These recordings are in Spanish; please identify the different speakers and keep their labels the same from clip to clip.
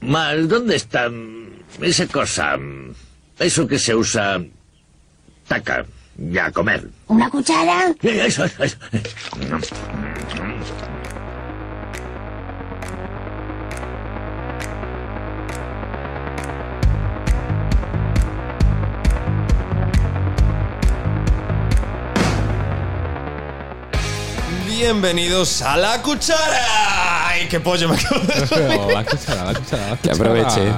Speaker 1: mal. ¿Dónde está mm, esa cosa? mm, Eso que se usa... Taca. Ya, comer.
Speaker 2: ¿Una cuchara?
Speaker 1: Eh, Eso, eso, eso.
Speaker 3: Bienvenidos a la cuchara. Ay, qué pollo me acabo de
Speaker 4: Pero la cuchara, la cuchara, la
Speaker 5: Que
Speaker 4: cuchara.
Speaker 5: aproveche.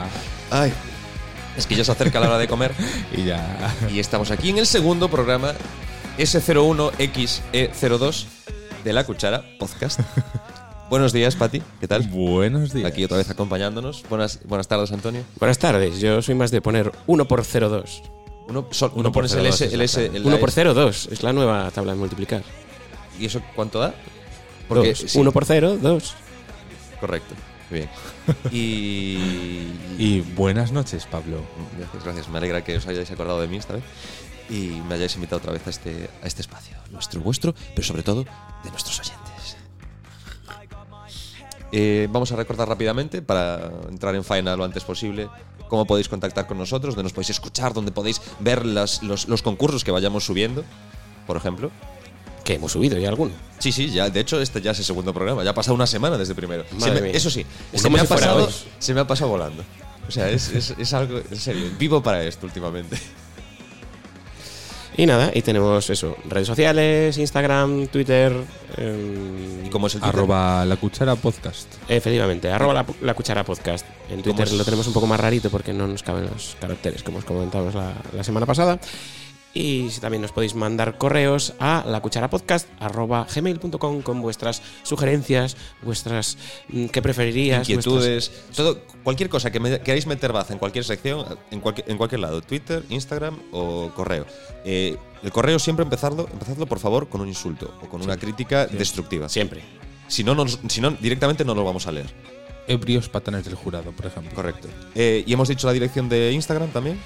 Speaker 3: Ay. Es que ya se acerca la hora de comer
Speaker 4: Y ya.
Speaker 3: y estamos aquí en el segundo programa S01XE02 de la cuchara podcast. Buenos días, Pati. ¿Qué tal?
Speaker 4: Buenos días.
Speaker 3: Aquí otra vez acompañándonos. Buenas, buenas tardes, Antonio.
Speaker 5: Buenas tardes, yo soy más de poner 1 por 02.
Speaker 3: Uno, sol-
Speaker 4: Uno
Speaker 3: no
Speaker 4: por
Speaker 3: pones
Speaker 4: cero
Speaker 3: el
Speaker 4: dos,
Speaker 3: S, el S, el
Speaker 5: 1 por
Speaker 3: S.
Speaker 5: 02 es la nueva tabla de multiplicar.
Speaker 3: ¿Y eso cuánto da?
Speaker 5: 1
Speaker 3: sí,
Speaker 5: por 0, 2.
Speaker 3: Correcto. Muy bien. Y.
Speaker 4: Y buenas noches, Pablo.
Speaker 3: Gracias, gracias. Me alegra que os hayáis acordado de mí esta vez y me hayáis invitado otra vez a este, a este espacio. Nuestro, vuestro, pero sobre todo de nuestros oyentes. Eh, vamos a recordar rápidamente para entrar en faena lo antes posible cómo podéis contactar con nosotros, dónde nos podéis escuchar, dónde podéis ver las- los, los concursos que vayamos subiendo, por ejemplo.
Speaker 5: Que hemos subido ya alguno.
Speaker 3: Sí, sí, ya, de hecho, este ya es el segundo programa. Ya ha pasado una semana desde el primero. Se
Speaker 5: Madre
Speaker 3: me-
Speaker 5: mía.
Speaker 3: eso sí,
Speaker 5: Es
Speaker 3: se
Speaker 5: como
Speaker 3: me, ha
Speaker 5: si fuera
Speaker 3: pasado,
Speaker 5: hoy.
Speaker 3: se me ha pasado volando. O sea, es, es- es algo, en serio, vivo para esto últimamente.
Speaker 5: Y nada, y tenemos eso, redes sociales, Instagram, Twitter. em,
Speaker 3: Y como es el Twitter,
Speaker 4: Arroba la cuchara podcast.
Speaker 5: Efectivamente, arroba la, la cuchara podcast. En Twitter
Speaker 3: es?
Speaker 5: lo tenemos un poco más rarito porque no nos caben los caracteres, como os comentamos la, la semana pasada. Y si también nos podéis mandar correos a lacucharapodcast.gmail.com con vuestras sugerencias, vuestras mm, qué preferirías, vuestras-
Speaker 3: inquietudes, todo, cualquier cosa que me- queráis meter baza en cualquier sección, en cualquier, en cualquier lado, Twitter, Instagram o correo. Eh, el correo siempre empezarlo, empezadlo por favor con un insulto o con una crítica destructiva.
Speaker 5: Siempre.
Speaker 3: Si no, nos- si no, directamente no lo vamos a leer.
Speaker 4: Ebrios patanes del jurado, por ejemplo.
Speaker 3: Correcto. Eh, y hemos dicho la dirección de Instagram también.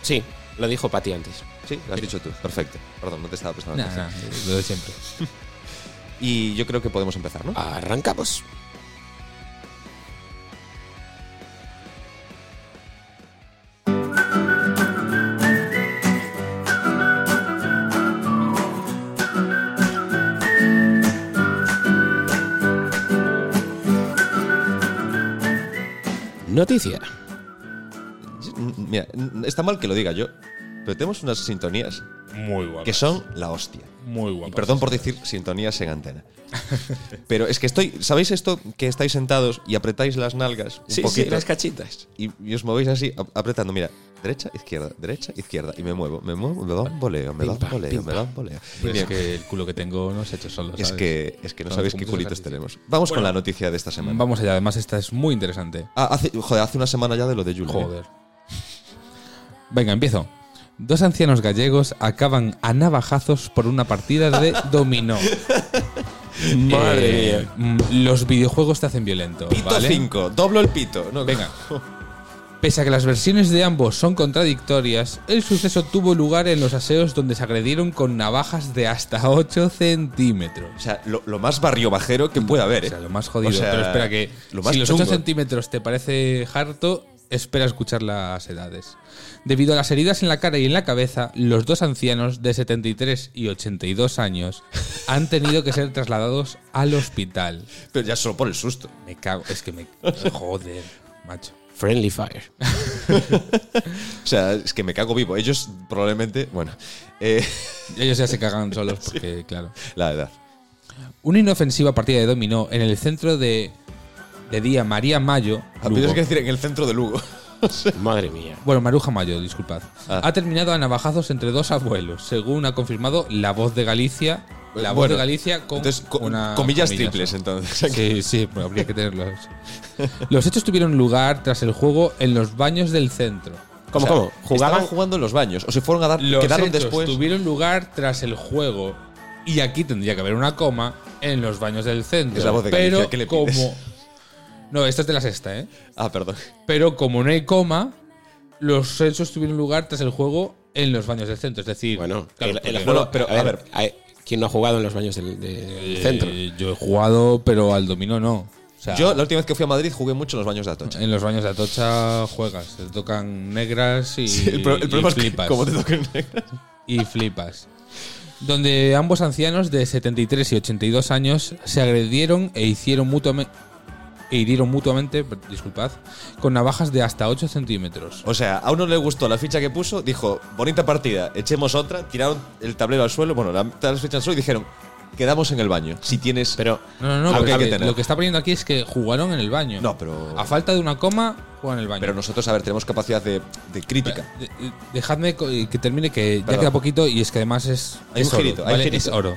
Speaker 5: Sí, lo dijo Pati antes.
Speaker 3: Sí, lo has dicho tú. Perfecto. Perdón, no te estaba prestando
Speaker 4: Nah,
Speaker 3: atención.
Speaker 4: nah, lo de siempre.
Speaker 3: Y yo creo que podemos empezar, ¿no? Ah,
Speaker 5: Arrancamos. Noticia.
Speaker 3: Mm, Mira, mm, está mal que lo diga yo, pero tenemos unas sintonías
Speaker 4: Muy guapo.
Speaker 3: que son la hostia.
Speaker 4: Muy guapo.
Speaker 3: Y perdón por decir sintonías en antena. Pero es que estoy. ¿Sabéis esto? Que estáis sentados y apretáis las nalgas un
Speaker 5: Sí, sí,
Speaker 3: poquito
Speaker 5: las cachitas.
Speaker 3: y, y os movéis así, ap- apretando. Mira, derecha, izquierda, derecha, izquierda. Y me muevo, me muevo, me da un voleo, me da
Speaker 5: Pim,
Speaker 3: un
Speaker 5: pam,
Speaker 3: voleo,
Speaker 5: pim,
Speaker 3: me da un voleo.
Speaker 4: Pero
Speaker 3: Bien,
Speaker 4: Pues es que el culo que tengo no se ha hecho solo.
Speaker 3: es
Speaker 4: ¿sabes?
Speaker 3: que, es que no
Speaker 4: Son
Speaker 3: sabéis qué
Speaker 4: muchos
Speaker 3: culitos
Speaker 4: ejercicios.
Speaker 3: tenemos. Vamos con
Speaker 4: Bueno.
Speaker 3: la noticia de esta semana.
Speaker 4: Vamos allá, además esta es muy interesante.
Speaker 3: Ah, hace, joder, hace una semana ya de lo de Julia. ¿eh?
Speaker 4: Joder. Venga, empiezo. Dos ancianos gallegos acaban a navajazos por una partida de dominó.
Speaker 5: Madre
Speaker 4: Eh, mm, Los videojuegos te hacen violento,
Speaker 3: Pito
Speaker 4: ¿vale?
Speaker 3: 5, doblo el pito. No,
Speaker 4: Venga. Pese a que las versiones de ambos son contradictorias, el suceso tuvo lugar en los aseos donde se agredieron con navajas de hasta 8
Speaker 3: O
Speaker 4: centímetros.
Speaker 3: sea, lo, lo más barrio bajero que pueda haber, ¿eh?
Speaker 4: O sea, lo más jodido.
Speaker 3: O sea,
Speaker 4: pero espera que
Speaker 3: lo más
Speaker 4: si los
Speaker 3: chungo.
Speaker 4: 8 centímetros te parece harto, espera escuchar las edades. Debido a las heridas en la cara y en la cabeza, los dos ancianos de 73 y 82 años han tenido que ser trasladados al hospital.
Speaker 3: Pero ya solo por el susto.
Speaker 4: Me cago, es que me... Joder, macho.
Speaker 5: Friendly Fire.
Speaker 3: O sea, es que me cago vivo. Ellos probablemente, bueno, eh,
Speaker 4: Ellos ya se cagan solos porque, claro.
Speaker 3: la edad.
Speaker 4: Una inofensiva partida de dominó en el centro de, de día María Mayo. Lugo.
Speaker 3: Tienes Ah, que decir en el centro de Lugo.
Speaker 5: Madre mía.
Speaker 4: Bueno, Maruja Mayo, disculpad.
Speaker 3: Ah.
Speaker 4: Ha terminado a navajazos entre dos abuelos, según ha confirmado la voz de Galicia. La voz
Speaker 3: Bueno,
Speaker 4: de Galicia con
Speaker 3: Entonces, co-
Speaker 4: una
Speaker 3: comillas,
Speaker 4: comilla
Speaker 3: triples,
Speaker 4: solo.
Speaker 3: entonces.
Speaker 4: Sí, sí, pero habría que tenerlos. Los hechos tuvieron lugar tras el juego en los baños del centro.
Speaker 5: ¿Cómo,
Speaker 3: O sea,
Speaker 5: cómo? ¿Jugaban?
Speaker 3: Estaban jugando en los baños. O se fueron a dar.
Speaker 4: Los
Speaker 3: quedaron
Speaker 4: hechos
Speaker 3: después.
Speaker 4: tuvieron lugar tras el juego y aquí tendría que haber una coma en los baños del centro.
Speaker 3: Es la voz de
Speaker 4: pero
Speaker 3: Galicia, ¿qué le
Speaker 4: como
Speaker 3: pides?
Speaker 4: no, esta es de la sexta, ¿eh?
Speaker 3: Ah, perdón.
Speaker 4: Pero como no hay coma, los hechos tuvieron lugar tras el juego en los baños del centro. Es decir,
Speaker 5: Bueno,
Speaker 4: claro,
Speaker 5: el- el
Speaker 4: porque-
Speaker 5: juego-
Speaker 3: no, pero,
Speaker 5: a ver,
Speaker 3: a ver.
Speaker 5: hay- ¿quién no ha jugado en los baños del, del
Speaker 4: Eh,
Speaker 5: centro?
Speaker 4: Yo he jugado, pero al dominó no. O sea,
Speaker 3: Yo la última vez que fui a Madrid jugué mucho en los baños de Atocha.
Speaker 4: en los baños de Atocha juegas, te tocan negras y,
Speaker 3: Sí, el, pro- el
Speaker 4: y
Speaker 3: problema es que
Speaker 4: flipas.
Speaker 3: como te toquen negras.
Speaker 4: y flipas. Donde ambos ancianos de 73 y 82 años se agredieron e hicieron mutuamente e hirieron mutuamente, per- disculpad, con navajas de hasta 8 centímetros.
Speaker 3: O sea, a uno le gustó la ficha que puso, dijo, bonita partida, echemos otra, tiraron el tablero al suelo, bueno, la, tiraron las fichas al suelo y dijeron, quedamos en el baño, si tienes...
Speaker 5: Pero
Speaker 4: No, no, no,
Speaker 3: Algo
Speaker 4: pero
Speaker 3: que hay
Speaker 4: es
Speaker 3: que
Speaker 4: que
Speaker 3: tener.
Speaker 4: lo que está poniendo aquí es que jugaron en el baño.
Speaker 3: No, pero-
Speaker 4: A falta de una coma, juegan en el baño.
Speaker 3: pero nosotros, a ver, tenemos capacidad de, de crítica.
Speaker 4: De- de- Dejadme co- eh, que termine, que ya
Speaker 3: Perdón.
Speaker 4: queda poquito y es que además es,
Speaker 3: Hay un
Speaker 4: es oro,
Speaker 3: girito, hay
Speaker 4: ¿vale?
Speaker 3: un girito.
Speaker 4: Es oro.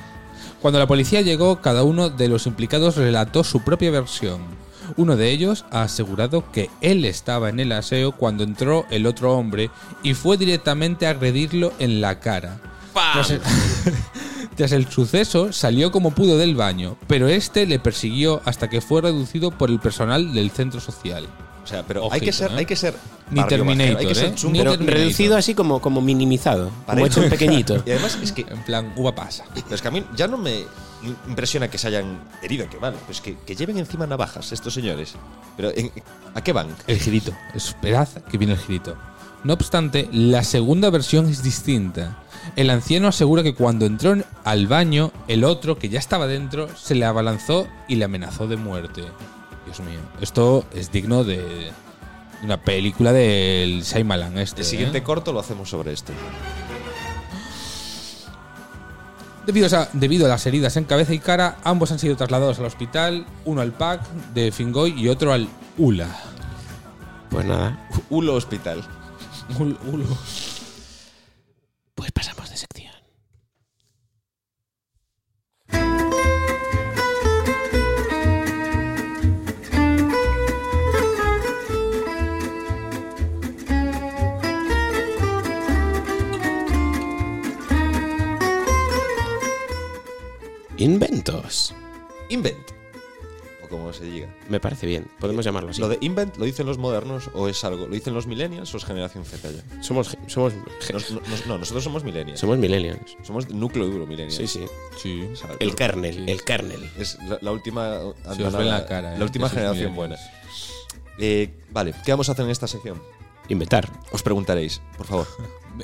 Speaker 4: Cuando la policía llegó, cada uno de los implicados relató su propia versión. Uno de ellos ha asegurado que él estaba en el aseo cuando entró el otro hombre y fue directamente a agredirlo en la cara. Tras el, tras el suceso, salió como pudo del baño, pero este le persiguió hasta que fue reducido por el personal del centro social.
Speaker 3: O sea, pero hay
Speaker 4: Ojito,
Speaker 3: que ser...
Speaker 4: ¿eh?
Speaker 3: Hay que ser
Speaker 4: Ni
Speaker 3: barrio bajero,
Speaker 4: Terminator,
Speaker 3: Hay que ser
Speaker 4: ¿eh?
Speaker 3: chungo.
Speaker 4: Ni
Speaker 5: pero
Speaker 4: Terminator.
Speaker 5: reducido así como, como minimizado,
Speaker 3: Para
Speaker 5: como hecho en
Speaker 3: ir-
Speaker 5: pequeñito.
Speaker 3: Y además es que,
Speaker 4: En plan, uva pasa.
Speaker 3: pero es que a mí ya no me impresiona que se hayan herido, que vale, pues que, que lleven encima navajas estos señores. Pero en- ¿a qué van?
Speaker 4: El girito. Esperad que viene el girito. No obstante, la segunda versión es distinta. El anciano asegura que cuando entró en- al baño, el otro, que ya estaba dentro, se le abalanzó y le amenazó de muerte. Dios mío, esto es digno de de una película del Shyamalan este.
Speaker 3: El siguiente
Speaker 4: ¿eh?
Speaker 3: corto lo hacemos sobre esto.
Speaker 4: Debido a, debido a las heridas en cabeza y cara, ambos han sido trasladados al hospital, uno al PAC de Fingoy y otro al ULA.
Speaker 5: Pues nada,
Speaker 3: Ulo Hospital.
Speaker 4: Ul- Ula.
Speaker 5: pues pasamos de sección. Inventos.
Speaker 3: Invent. O como se diga.
Speaker 5: Me parece bien. Podemos llamarlo así.
Speaker 3: Lo de invent lo dicen los modernos o es algo. Lo dicen los millennials o es generación Z ya.
Speaker 5: Somos, ge- somos, ge-
Speaker 3: Nos- nos- no, nosotros somos millennials.
Speaker 5: somos millennials.
Speaker 3: Somos núcleo duro millennials.
Speaker 5: Sí, sí.
Speaker 4: Sí.
Speaker 3: O sea,
Speaker 5: El kernel, el kernel.
Speaker 3: es la, la última.
Speaker 4: Se os ve en la cara. ¿eh?
Speaker 3: la última
Speaker 4: Esos
Speaker 3: generación buena.
Speaker 4: millennials.
Speaker 3: Eh, vale, ¿qué vamos a hacer en esta sección?
Speaker 5: Inventar.
Speaker 3: Os preguntaréis, por favor.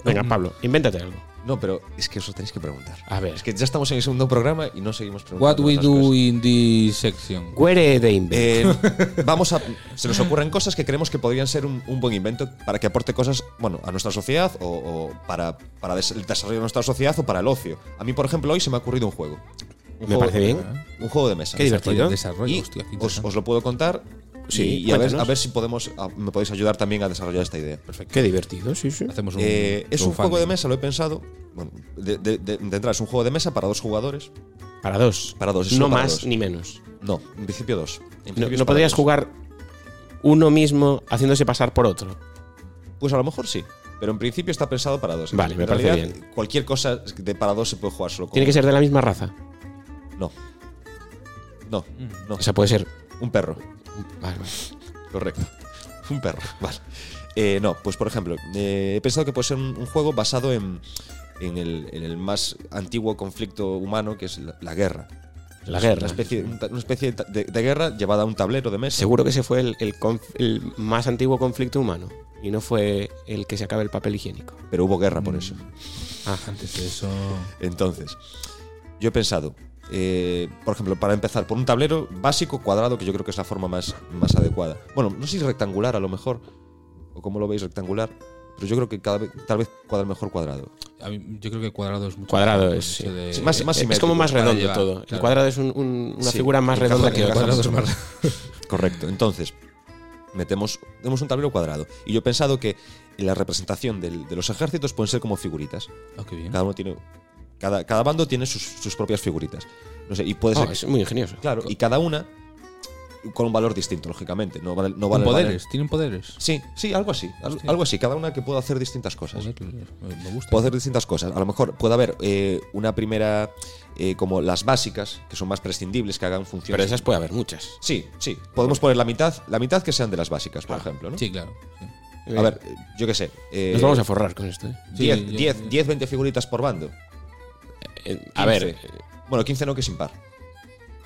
Speaker 5: Venga, Ah. Pablo, invéntate algo.
Speaker 3: No, pero es que os lo tenéis que preguntar.
Speaker 5: Mm. A ver.
Speaker 3: Es que ya estamos en el segundo programa y no seguimos
Speaker 4: What
Speaker 3: preguntando.
Speaker 4: we
Speaker 3: las
Speaker 4: do
Speaker 3: cosas.
Speaker 4: in this section.
Speaker 5: Guere de invent.
Speaker 3: Eh, vamos a. Se nos ocurren cosas que creemos que podrían ser un, un buen invento para que aporte cosas, bueno, a nuestra sociedad o, o para, para des- el desarrollo de nuestra sociedad o para el ocio. A mí, por ejemplo, hoy se me ha ocurrido un juego. Un
Speaker 5: Me
Speaker 3: juego-
Speaker 5: parece bien.
Speaker 3: Un juego de mesa.
Speaker 5: Ah. Qué divertido.
Speaker 4: Desarrollo,
Speaker 3: Y
Speaker 4: hostia, qué
Speaker 3: os,
Speaker 4: interesante.
Speaker 3: os lo puedo contar.
Speaker 5: Sí,
Speaker 3: y- y a ver,
Speaker 5: cuéntanos.
Speaker 3: a ver si podemos, a- me podéis ayudar también a desarrollar esta idea.
Speaker 5: Perfecto. Qué divertido, sí, sí.
Speaker 4: Hacemos un
Speaker 3: Eh, es un
Speaker 4: crowdfunding.
Speaker 3: juego de mesa, lo he pensado. Bueno, de, de- de- de entrada es un juego de mesa para dos jugadores.
Speaker 5: Para dos.
Speaker 3: Para dos, es
Speaker 5: No
Speaker 3: solo para
Speaker 5: más
Speaker 3: dos.
Speaker 5: ni menos.
Speaker 3: No, en principio dos. En
Speaker 5: No,
Speaker 3: principio es para
Speaker 5: no podrías
Speaker 3: dos.
Speaker 5: jugar uno mismo haciéndose pasar por otro.
Speaker 3: Pues a lo mejor sí. Pero en principio está pensado para dos.
Speaker 5: Vale,
Speaker 3: En
Speaker 5: me parece
Speaker 3: realidad, Cualquier cosa de para dos se puede jugar solo con
Speaker 5: Tiene que ser de la misma raza.
Speaker 3: No. No, no.
Speaker 5: O sea, puede ser.
Speaker 3: Un perro.
Speaker 5: Vale, vale.
Speaker 3: Correcto. Un perro. Vale. Eh, no, pues por ejemplo, eh, he pensado que puede ser un, un juego basado en, en, el, en el más antiguo conflicto humano que es la, la guerra.
Speaker 5: La guerra.
Speaker 3: Una especie, un ta- una especie de, de guerra llevada a un tablero de mesa.
Speaker 5: Seguro que ese fue el, el conf- el más antiguo conflicto humano. Y no fue el que se acaba el papel higiénico.
Speaker 3: Pero hubo guerra por eso.
Speaker 5: Ah,
Speaker 4: Antes de eso.
Speaker 3: Entonces, yo he pensado, eh, por ejemplo, para empezar, por un tablero básico cuadrado, que yo creo que es la forma más, más adecuada. Bueno, no sé si rectangular a lo mejor, o como lo veis rectangular, pero yo creo que cada vez, tal vez cuadra mejor cuadrado.
Speaker 4: a mí- yo creo que cuadrado es mucho.
Speaker 5: Cuadrado
Speaker 4: mejor,
Speaker 5: es.
Speaker 4: mucho
Speaker 5: sí.
Speaker 4: de-
Speaker 3: Sí, más-
Speaker 5: Eh,
Speaker 3: más
Speaker 5: es
Speaker 3: simétrico
Speaker 5: como más redondo
Speaker 4: para llevar,
Speaker 5: todo. El
Speaker 4: claro.
Speaker 5: cuadrado es un- un- una
Speaker 3: Sí,
Speaker 5: figura más
Speaker 3: encaja-
Speaker 5: redonda que
Speaker 4: El
Speaker 3: encaja
Speaker 5: otra.
Speaker 4: cuadrado es
Speaker 3: mucho
Speaker 4: más-
Speaker 3: Correcto. Entonces, metemos tenemos un tablero cuadrado. Y yo he pensado que la representación del- de los ejércitos pueden ser como figuritas.
Speaker 4: Ah, qué bien.
Speaker 3: Cada uno tiene. Cada, cada bando tiene sus, sus propias figuritas. No sé, y puede
Speaker 5: Oh,
Speaker 3: ser.
Speaker 5: es muy ingenioso.
Speaker 3: Claro, y cada una con un valor distinto, lógicamente. No vale, no
Speaker 4: Con
Speaker 3: vale
Speaker 4: poderes, tienen poderes.
Speaker 3: Sí, sí, algo así. al- Algo así. Cada una que pueda hacer distintas cosas.
Speaker 4: Joder, me me gusta.
Speaker 3: Puedo hacer distintas cosas. A lo mejor puede haber eh, una primera, eh, como las básicas, que son más prescindibles, que hagan funciones.
Speaker 5: Pero de esas puede haber muchas.
Speaker 3: Sí, sí. Podemos poner la mitad, la mitad que sean de las básicas,
Speaker 5: Ah,
Speaker 3: por ejemplo. ¿no?
Speaker 4: Sí, claro. sí.
Speaker 3: A ver, eh, yo qué sé. eh,
Speaker 5: Nos vamos a forrar con esto. ¿eh?
Speaker 3: 10,
Speaker 4: Sí, yo-
Speaker 3: 10, 10, 20 figuritas por bando.
Speaker 5: Eh, a ver,
Speaker 3: 15. Bueno, 15 no, que es impar.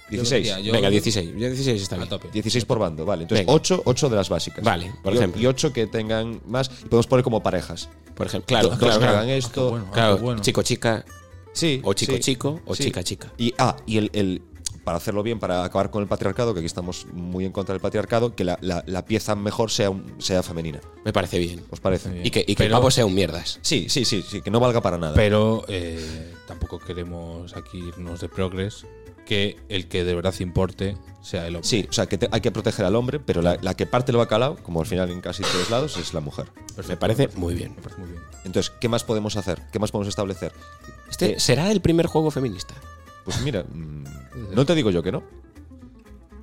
Speaker 4: Yo
Speaker 3: 16.
Speaker 4: decía, yo-
Speaker 5: Venga, 16. Yo 16 está
Speaker 4: A
Speaker 5: bien.
Speaker 4: tope.
Speaker 3: 16 por bando, vale. Entonces,
Speaker 5: Venga.
Speaker 3: 8, 8 de las básicas.
Speaker 5: Vale, por
Speaker 3: Y-
Speaker 5: ejemplo.
Speaker 3: Y 8 que tengan más. Y podemos poner como parejas.
Speaker 5: Por ejemplo, claro,
Speaker 3: Dos
Speaker 5: claro,
Speaker 3: que
Speaker 5: claro.
Speaker 3: hagan esto.
Speaker 4: bueno. Ah,
Speaker 5: Claro,
Speaker 4: qué bueno.
Speaker 5: chico, chica,
Speaker 3: Sí.
Speaker 5: o chico,
Speaker 3: sí.
Speaker 5: chico, o
Speaker 3: Sí.
Speaker 5: chica, chica.
Speaker 3: Y, ah, y el, el- para hacerlo bien, para acabar con el patriarcado, que aquí estamos muy en contra del patriarcado, que la, la- la pieza mejor sea, un- sea femenina.
Speaker 5: Me parece bien.
Speaker 3: ¿Os parece?
Speaker 4: Bien.
Speaker 5: Y que, y que el
Speaker 4: Pero-
Speaker 5: papo sea un mierdas.
Speaker 3: Sí, sí, sí, sí, que no valga para nada.
Speaker 4: Pero eh, tampoco queremos aquí irnos de progres que el que de verdad importe sea el hombre.
Speaker 3: sí, o sea, que te- hay que proteger al hombre, pero la, la que parte el bacalao, como al final en casi todos lados, es la mujer.
Speaker 5: Me parece muy bien.
Speaker 4: Me parece muy bien.
Speaker 3: Entonces, ¿qué más podemos hacer? ¿Qué más podemos establecer?
Speaker 5: Este
Speaker 3: Eh,
Speaker 5: será el primer juego feminista.
Speaker 3: Pues mira, mm, no te digo yo que no.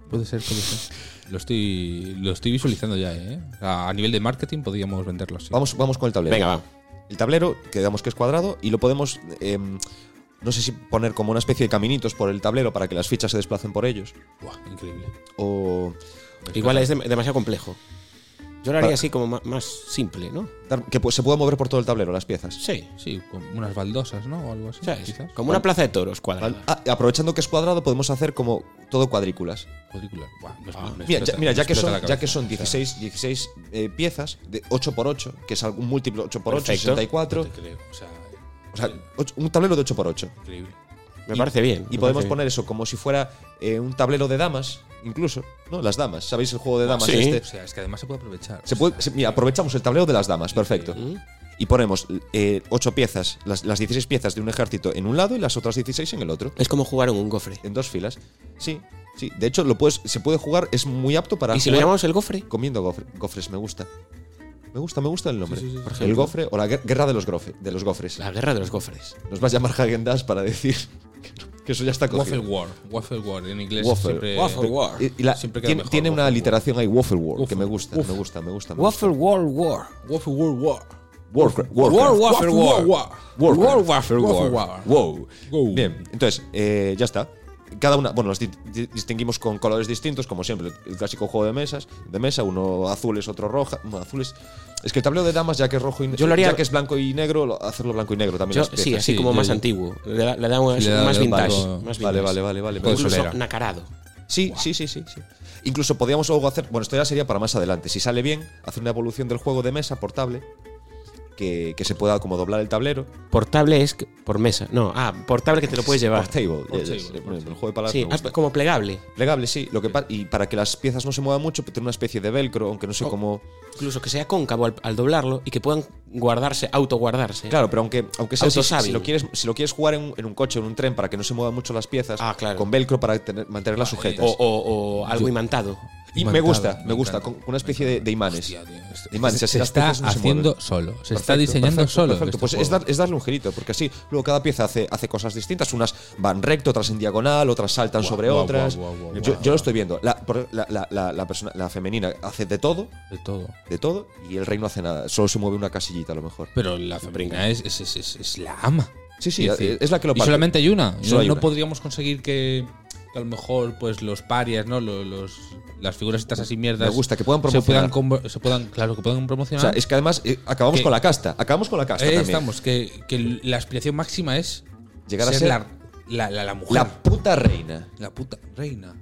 Speaker 4: Puede ser, puede ser. Lo estoy, lo estoy visualizando ya, ¿eh? A a nivel de marketing podríamos venderlo así.
Speaker 3: Vamos, vamos con el tablero.
Speaker 5: Venga, va.
Speaker 3: El tablero, que digamos que es cuadrado, y lo podemos, em, no sé si poner como una especie de caminitos por el tablero para que las fichas se desplacen por ellos.
Speaker 4: Buah, increíble.
Speaker 3: O
Speaker 5: Igual es dem- demasiado complejo. Yo lo haría
Speaker 3: Para-
Speaker 5: así como ma- más simple, ¿no?
Speaker 3: dar- que pues, se pueda mover por todo el tablero las piezas.
Speaker 5: Sí.
Speaker 4: Sí, con unas baldosas, ¿no? O algo así.
Speaker 5: ¿Sabes?
Speaker 4: Quizás.
Speaker 5: Como una plaza de toros cuadrada.
Speaker 3: ¿Vale? Ah, y aprovechando que es cuadrado, podemos hacer como todo cuadrículas.
Speaker 4: Cuadrícula. Buah, me- me
Speaker 3: Mira,
Speaker 4: explota-
Speaker 3: ya, mira, ya
Speaker 4: me
Speaker 3: que,
Speaker 4: explota
Speaker 3: son,
Speaker 4: la
Speaker 3: ya
Speaker 4: cabeza.
Speaker 3: que son 16, 16 eh, piezas de 8x8, que es algún múltiplo 8x8,
Speaker 5: Perfecto.
Speaker 3: 64.
Speaker 4: No te creo. O sea,
Speaker 3: O sea, ocho- un tablero de 8x8.
Speaker 4: increíble.
Speaker 5: Me
Speaker 3: Y-
Speaker 5: parece bien.
Speaker 3: Y
Speaker 5: me
Speaker 3: podemos
Speaker 5: parece
Speaker 3: poner eso como si fuera eh, un tablero de damas, incluso, ¿no? Las damas. ¿Sabéis el juego de damas
Speaker 5: sí.
Speaker 3: este?
Speaker 4: O sea, es que además se puede aprovechar.
Speaker 3: Se
Speaker 4: O
Speaker 3: puede,
Speaker 4: sea,
Speaker 3: se- mira, aprovechamos el tablero de las damas, perfecto. Y ponemos eh, ocho piezas, las, las 16 piezas de un ejército en un lado y las otras 16 en el otro,
Speaker 5: bien. Es como jugar en un gofre.
Speaker 3: en dos filas. Sí, sí. De hecho, lo puedes, se puede jugar, es muy apto para
Speaker 5: ¿Y si lo
Speaker 3: jugar
Speaker 5: llamamos el gofre?
Speaker 3: comiendo gofre- gofres, me gusta. Me gusta, me gusta el nombre.
Speaker 4: Sí, sí, sí,
Speaker 3: Por
Speaker 5: sí.
Speaker 3: ejemplo, el gofre o la guer- guerra de los, grofe- de los gofres.
Speaker 5: La guerra de los gofres.
Speaker 3: Nos vas a llamar Hagen Dazs para decir que eso ya está
Speaker 4: Waffle
Speaker 3: cogido.
Speaker 4: War. Waffle War. En inglés
Speaker 3: Waffle.
Speaker 4: siempre.
Speaker 5: War.
Speaker 3: Y- y la-
Speaker 4: Siempre queda
Speaker 3: tiene
Speaker 4: mejor,
Speaker 3: tiene una
Speaker 4: Waffle War.
Speaker 3: literación ahí, Waffle War, que
Speaker 4: Waffle,
Speaker 3: me gusta, me gusta, me gusta. me gusta.
Speaker 5: Waffle World War.
Speaker 4: Waffle War War.
Speaker 3: Warcraft.
Speaker 5: War
Speaker 3: Warcraft.
Speaker 5: Waffle War.
Speaker 3: Warcraft.
Speaker 5: War Waffle
Speaker 4: Waffle
Speaker 5: War.
Speaker 4: War.
Speaker 3: Wow.
Speaker 4: Go.
Speaker 3: Bien, entonces, eh, ya está. Cada una, bueno, las di- di- distinguimos con colores distintos, como siempre, el clásico juego de mesas, de mesa, uno azules, otro roja, bueno, azules. Es que el tablero de damas, ya que es rojo y
Speaker 5: Yo lo haría-
Speaker 3: ya que es blanco y negro, lo- hacerlo blanco y negro también.
Speaker 5: Yo-
Speaker 3: las
Speaker 5: sí,
Speaker 3: piezas.
Speaker 5: así
Speaker 4: sí,
Speaker 5: como
Speaker 4: yo-
Speaker 5: más
Speaker 4: yo-
Speaker 5: antiguo. Le da, le da un-
Speaker 4: Sí, le da- le
Speaker 5: más,
Speaker 4: da un
Speaker 5: vintage,
Speaker 4: valgo-
Speaker 5: más vintage.
Speaker 3: Vale, vale, vale, vale.
Speaker 4: Con
Speaker 3: Incluso-
Speaker 4: solera.
Speaker 5: Incluso nacarado.
Speaker 3: Sí, sí, sí, sí, sí. Incluso podríamos luego hacer. Bueno, esto ya sería para más adelante. Si sale bien, hacer una evolución del juego de mesa portable. Que, que se pueda como doblar el tablero.
Speaker 5: Portable es que- por mesa. No, ah, portable que te lo puedes llevar.
Speaker 3: Portable.
Speaker 4: Portable,
Speaker 3: yes, yes.
Speaker 4: portable.
Speaker 3: Bueno, El juego de palabras.
Speaker 5: Sí,
Speaker 3: me
Speaker 5: ah,
Speaker 3: gusta.
Speaker 5: como plegable.
Speaker 3: Plegable, sí. Lo que pa- y para que las piezas no se muevan mucho, pues, tiene una especie de velcro, aunque no sé
Speaker 5: Oh.
Speaker 3: cómo.
Speaker 5: Incluso que sea cóncavo al, al doblarlo y que puedan guardarse, autoguardarse.
Speaker 3: Claro, pero aunque, aunque sea así, si,
Speaker 5: Autosaving.
Speaker 3: si lo quieres, si lo quieres jugar en un, en un coche o en un tren para que no se muevan mucho las piezas,
Speaker 5: Ah, claro.
Speaker 3: con velcro para tener- mantenerlas sujetas.
Speaker 5: O, o- o algo imantado.
Speaker 3: y me
Speaker 4: Imantado,
Speaker 3: gusta, me
Speaker 4: me
Speaker 3: gusta,
Speaker 4: encanta,
Speaker 3: con, con una especie de, de imanes.
Speaker 4: Hostia, tío, este- esto-
Speaker 3: De imanes,
Speaker 4: se,
Speaker 3: así
Speaker 4: se
Speaker 3: las
Speaker 4: está
Speaker 3: piezas no se
Speaker 4: haciendo
Speaker 3: mueven.
Speaker 4: solo, se está
Speaker 3: Perfecto,
Speaker 4: diseñando
Speaker 3: este- perfecto,
Speaker 4: solo.
Speaker 3: perfecto.
Speaker 4: este
Speaker 3: Pues es,
Speaker 4: juego.
Speaker 3: dar- es darle un girito, porque así luego cada pieza hace, hace cosas distintas. Unas van recto, otras en diagonal, otras saltan
Speaker 4: Guau,
Speaker 3: sobre
Speaker 4: guau,
Speaker 3: otras.
Speaker 4: guau, guau, guau,
Speaker 3: yo,
Speaker 4: guau.
Speaker 3: yo lo estoy viendo. La, por- la- la- la- la persona, la femenina hace de todo,
Speaker 4: de todo.
Speaker 3: de todo, y el rey no hace nada. Solo se mueve una casillita a lo mejor.
Speaker 4: Pero la femenina es, es, es, es- es la ama.
Speaker 3: Sí, sí,
Speaker 4: Quiero decir,
Speaker 3: es la que lo
Speaker 4: Y
Speaker 3: parte.
Speaker 4: solamente hay una.
Speaker 3: Solo
Speaker 4: no,
Speaker 3: hay
Speaker 4: no
Speaker 3: una.
Speaker 4: podríamos conseguir que, que a lo mejor pues los parias, ¿no? Lo- Los, las figuras estas así mierdas.
Speaker 3: Me gusta, que puedan
Speaker 4: se puedan,
Speaker 3: promocionar.
Speaker 4: convo- se puedan Claro, que puedan
Speaker 3: O
Speaker 4: promocionar.
Speaker 3: sea, es que además eh, acabamos
Speaker 4: Ah. Que-
Speaker 3: con la casta. Acabamos con la casta
Speaker 4: Eh,
Speaker 3: también.
Speaker 4: estamos, que, que la aspiración máxima es
Speaker 3: Llegar a ser
Speaker 4: la, la, la- la mujer.
Speaker 3: La puta reina.
Speaker 4: La puta reina.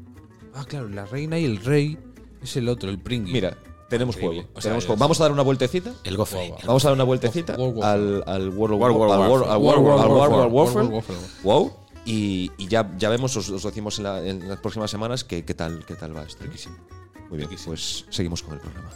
Speaker 4: Ah, claro, la reina y el rey es el otro, el pringui.
Speaker 3: Mira, tenemos
Speaker 4: Increíble.
Speaker 3: juego.
Speaker 4: O sea,
Speaker 3: tenemos
Speaker 4: es- Eh,
Speaker 3: juego. Vamos a dar una vueltecita.
Speaker 5: El gofre.
Speaker 3: Vamos a dar una vueltecita
Speaker 4: World War.
Speaker 3: al, al World
Speaker 5: World War
Speaker 3: al War- al
Speaker 4: Warfare.
Speaker 3: World War- al
Speaker 4: World War
Speaker 3: World War
Speaker 4: Warfare.
Speaker 3: Warfare. Wow. Y, y ya, ya vemos, os, os decimos en, la- en las próximas semanas que, qué tal, qué tal va esto. Muy bien, pues seguimos con el programa.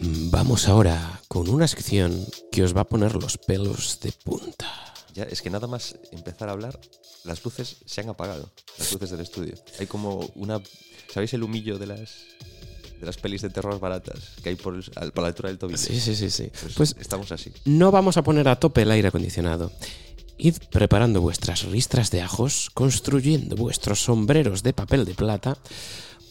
Speaker 5: Mm, Vamos ahora con una sección que os va a poner los pelos de punta.
Speaker 3: Ya, es que nada más empezar a hablar, las luces se han apagado, las luces del estudio. Hay como una... ¿Sabéis el humillo de las, de las pelis de terror baratas que hay por, el- al- por la altura del tobillo?
Speaker 5: Sí, sí, sí, sí.
Speaker 3: Pues,
Speaker 5: Pues
Speaker 3: estamos así.
Speaker 5: no vamos a poner a tope el aire acondicionado. Id preparando vuestras ristras de ajos, construyendo vuestros sombreros de papel de plata,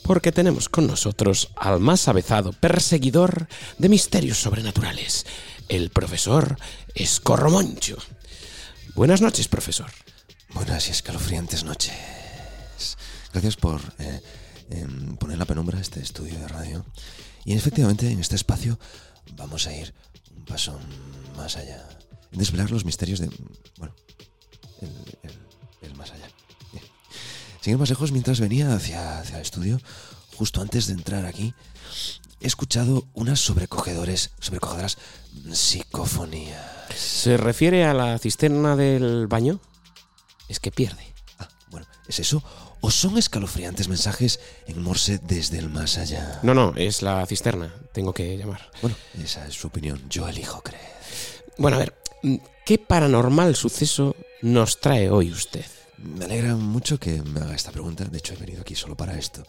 Speaker 5: porque tenemos con nosotros al más avezado perseguidor de misterios sobrenaturales, el profesor Escorromoncho. Buenas noches, profesor.
Speaker 2: Buenas y escalofriantes noches. Gracias por eh, em, poner en la penumbra este estudio de radio. Y efectivamente, en este espacio vamos a ir un paso más allá. Desvelar los misterios de. Bueno, el, el- el más allá. Bien. Sin ir más lejos, mientras venía hacia, hacia el estudio, justo antes de entrar aquí, he escuchado unas sobrecogedores, sobrecogedoras psicofonías.
Speaker 5: ¿Se refiere a la cisterna del baño? Es que pierde.
Speaker 2: Ah, bueno, ¿es eso? ¿O son escalofriantes mensajes en Morse desde el más allá?
Speaker 5: No, no, es la cisterna. Tengo que llamar.
Speaker 2: Bueno, esa es su opinión. Yo elijo creer.
Speaker 5: Bueno, a ver, mm, ¿qué paranormal suceso nos trae hoy usted?
Speaker 2: Me alegra mucho que me haga esta pregunta. De hecho, he venido aquí solo para esto.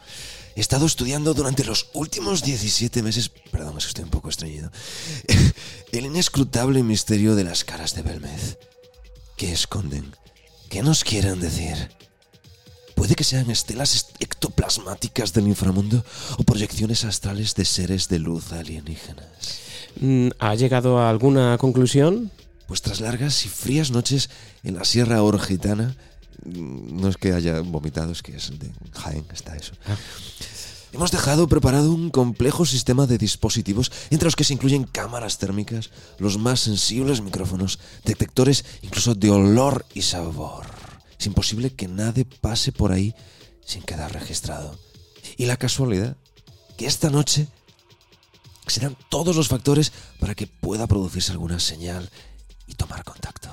Speaker 2: He estado estudiando durante los últimos 17 meses, perdón, es que estoy un poco estreñido, el inescrutable misterio de las caras de Belmez. ¿Qué esconden? ¿Qué nos quieren decir? Puede que sean estelas est- ectoplasmáticas del inframundo o proyecciones astrales de seres de luz alienígenas.
Speaker 5: Mm, ¿Ha llegado a alguna conclusión?
Speaker 2: Vuestras pues largas y frías noches en la Sierra Orgitana. mm, No es que haya vomitado, es que es de Jaén, está eso. Hemos dejado preparado un complejo sistema de dispositivos, entre los que se incluyen cámaras térmicas, los más sensibles micrófonos, detectores incluso de olor y sabor. Es imposible que nadie pase por ahí sin quedar registrado. Y la casualidad, que esta noche se dan todos los factores para que pueda producirse alguna señal y tomar contacto.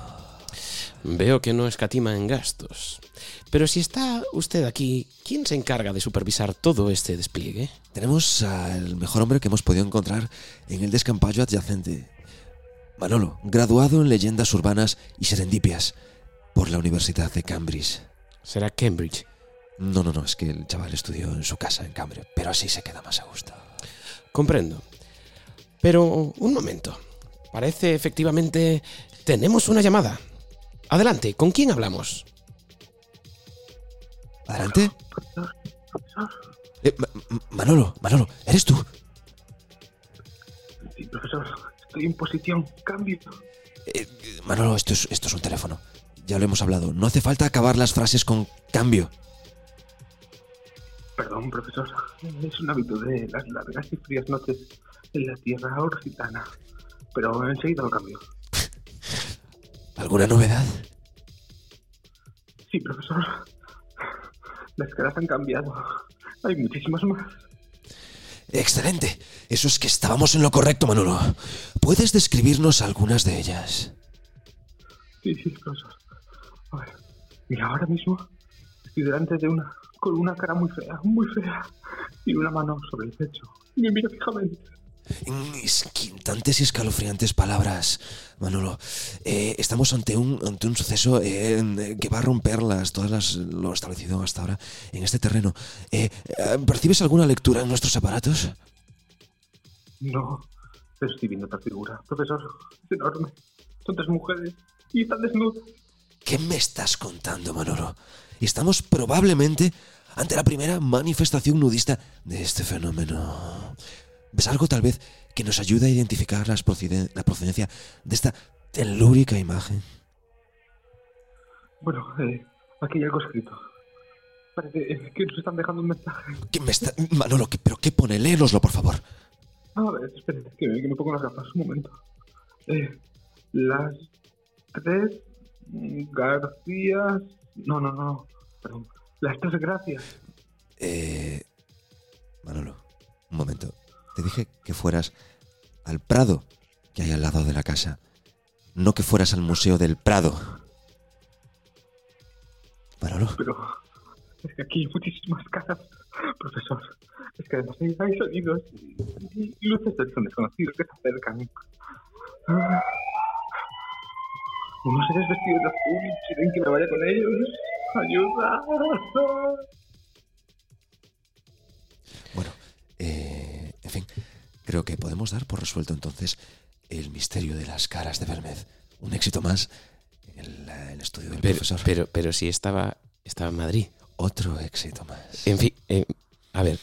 Speaker 5: Veo que no escatima en gastos. Pero si está usted aquí, ¿quién se encarga de supervisar todo este despliegue?
Speaker 2: Tenemos al mejor hombre que hemos podido encontrar en el descampallo adyacente. Manolo, graduado en leyendas urbanas y serendipias por la Universidad de Cambridge.
Speaker 5: Será Cambridge.
Speaker 2: No, no, no, es que el chaval estudió en su casa en Cambridge, pero así se queda más a gusto.
Speaker 5: Comprendo. Pero un momento. Parece efectivamente... Tenemos una llamada. Adelante, ¿con quién hablamos?
Speaker 2: ¿Adelante? Eh, Ma- Ma- Manolo, Manolo, ¿eres tú?
Speaker 6: Sí, profesor, estoy en posición. Cambio.
Speaker 2: Eh, eh, Manolo, esto es, esto es un teléfono. Ya lo hemos hablado. No hace falta acabar las frases con cambio.
Speaker 6: Perdón, profesor. Es una hábito de las largas y frías noches en la tierra orgitana. Pero enseguida lo cambio.
Speaker 2: ¿Alguna novedad?
Speaker 6: Sí, profesor. Las caras han cambiado. Hay muchísimas más.
Speaker 2: Excelente. Eso es que estábamos en lo correcto, Manolo. ¿Puedes describirnos algunas de ellas?
Speaker 6: Sí, sí, profesor. A ver, mira, ahora mismo estoy delante de una con una cara muy fea, muy fea. Y una mano sobre el pecho. Me mira fijamente.
Speaker 2: En Esquintantes y escalofriantes palabras, Manolo. Eh, estamos ante un, ante un suceso eh, en- que va a romper las, todas las, lo establecido hasta ahora en este terreno. Eh, eh, ¿Percibes alguna lectura en nuestros aparatos?
Speaker 6: No, pero estoy viendo otra figura. Profesor, es enorme. Son tres mujeres y están desnudas.
Speaker 2: ¿Qué me estás contando, Manolo? Estamos probablemente ante la primera manifestación nudista de este fenómeno. ¿Ves algo tal vez que nos ayude a identificar las proceden- la procedencia de esta telúrica imagen?
Speaker 6: Bueno, eh, aquí hay algo escrito. Parece eh, que nos están dejando un mensaje.
Speaker 2: ¿Qué me está... Manolo, ¿qué- ¿pero qué pone? Léenoslo, por favor.
Speaker 6: A ver, espérate, que, que me pongo las gafas. Un momento. Eh, las tres Garcías. No, no, no. Perdón. Las tres gracias.
Speaker 2: Eh, Manolo, un momento. Te dije que fueras al Prado que hay al lado de la casa. No que fueras al Museo del Prado. Manolo.
Speaker 6: Pero es que aquí hay muchísimas caras, profesor. Es que además hay, hay sonidos y, y luces del son desconocidos que se acercan. Ah. Unos seres vestidos de azul quieren que me vaya con ellos. ¡Ayuda!
Speaker 2: Bueno, eh, en fin, creo que podemos dar por resuelto entonces el misterio de las caras de Belmez. Un éxito más el, eh, el estudio del
Speaker 5: Pero,
Speaker 2: profesor.
Speaker 5: pero, pero sí estaba, estaba en Madrid.
Speaker 2: Otro éxito más.
Speaker 5: En fin, eh, a ver,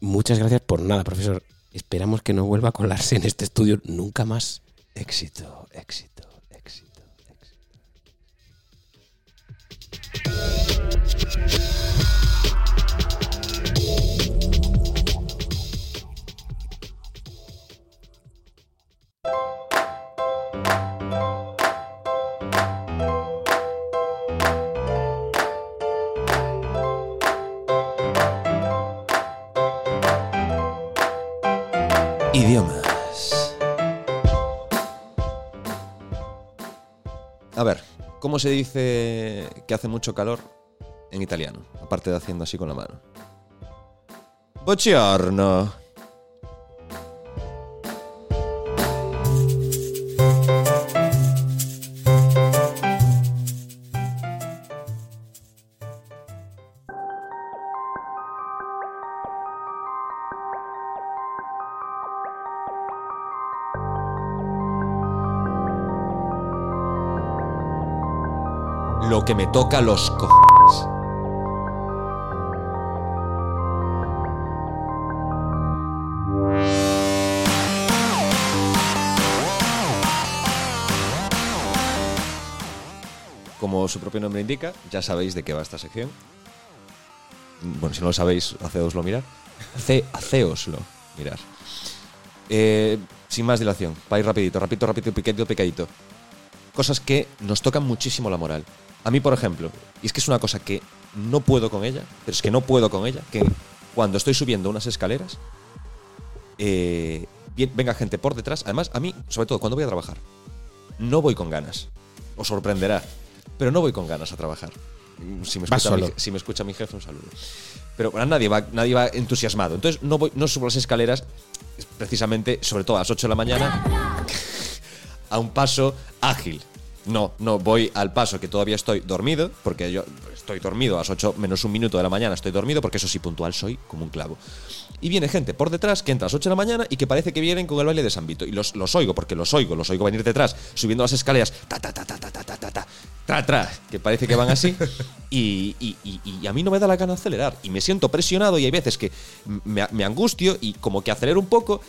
Speaker 5: muchas gracias por nada, profesor. Esperamos que no vuelva a colarse en este estudio nunca más.
Speaker 2: Éxito, éxito, éxito, éxito. Idiomas.
Speaker 3: A ver, ¿cómo se dice que hace mucho calor en italiano? Aparte de haciendo así con la mano. Buongiorno. Lo que me toca los cojones. Como su propio nombre indica, ya sabéis de qué va esta sección. Bueno, si no lo sabéis, haceoslo mirar. Hace, haceoslo mirar. Eh, sin más dilación, vais rapidito, rapidito, rapidito, picadito, picadito cosas que nos tocan muchísimo la moral. A mí, por ejemplo, y es que es una cosa que no puedo con ella, pero es que no puedo con ella, que cuando estoy subiendo unas escaleras, eh, bien- venga gente por detrás. Además, a mí, sobre todo cuando voy a trabajar, no voy con ganas. Os sorprenderá, pero no voy con ganas a trabajar. Si me,
Speaker 5: Vas
Speaker 3: escucha mi,
Speaker 5: solo.
Speaker 3: si me escucha mi jefe, un saludo. Pero bueno, nadie, va, nadie va entusiasmado. Entonces, no, voy, no subo las escaleras, precisamente, sobre todo a las 8 de la mañana, a un paso ágil. No, no, voy al paso que todavía estoy dormido, porque yo estoy dormido a las 8 menos un minuto de la mañana, estoy dormido, porque eso sí, puntual soy como un clavo. Y viene gente por detrás que entra a las 8 de la mañana y que parece que vienen con el baile de San Vito. Y los, los oigo, porque los oigo, los oigo venir detrás, subiendo las escaleras, ta, ta, ta, ta, ta, ta, ta, ta, ta, tra, tra, que parece que van así. Y, y- y- y a mí no me da la gana acelerar. Y me siento presionado y hay veces que me, me angustio y como que acelero un poco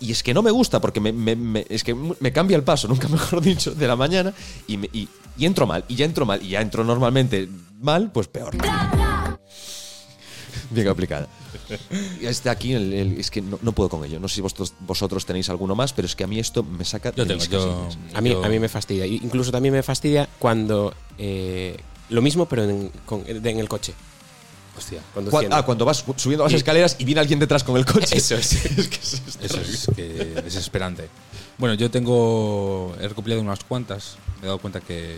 Speaker 3: y es que no me gusta porque me, me- me- es que me cambia el paso, nunca mejor dicho, de la mañana y, me- y- y entro mal, y ya entro mal, y ya entro normalmente mal, pues peor. Bien aplicada. Y Este aquí, el- el- es que no, no puedo con ello. No sé si vosotros, vosotros tenéis alguno más, pero es que a mí esto me saca
Speaker 4: Yo
Speaker 3: de
Speaker 4: tengo,
Speaker 3: mis
Speaker 4: yo,
Speaker 3: casillas.
Speaker 5: A mí,
Speaker 4: yo-
Speaker 5: a mí me fastidia. Y Incluso también me fastidia cuando. eh, lo mismo, pero en, con- en el coche.
Speaker 4: Hostia.
Speaker 3: Cua-
Speaker 5: Conduciendo.
Speaker 3: ah, cuando vas subiendo las
Speaker 5: Y-
Speaker 3: escaleras y viene alguien detrás con el coche.
Speaker 5: Eso es.
Speaker 3: Es que eso es
Speaker 4: Eso
Speaker 3: terrible.
Speaker 4: es que desesperante. Bueno, yo tengo. He recopilado unas cuantas. Me he dado cuenta que.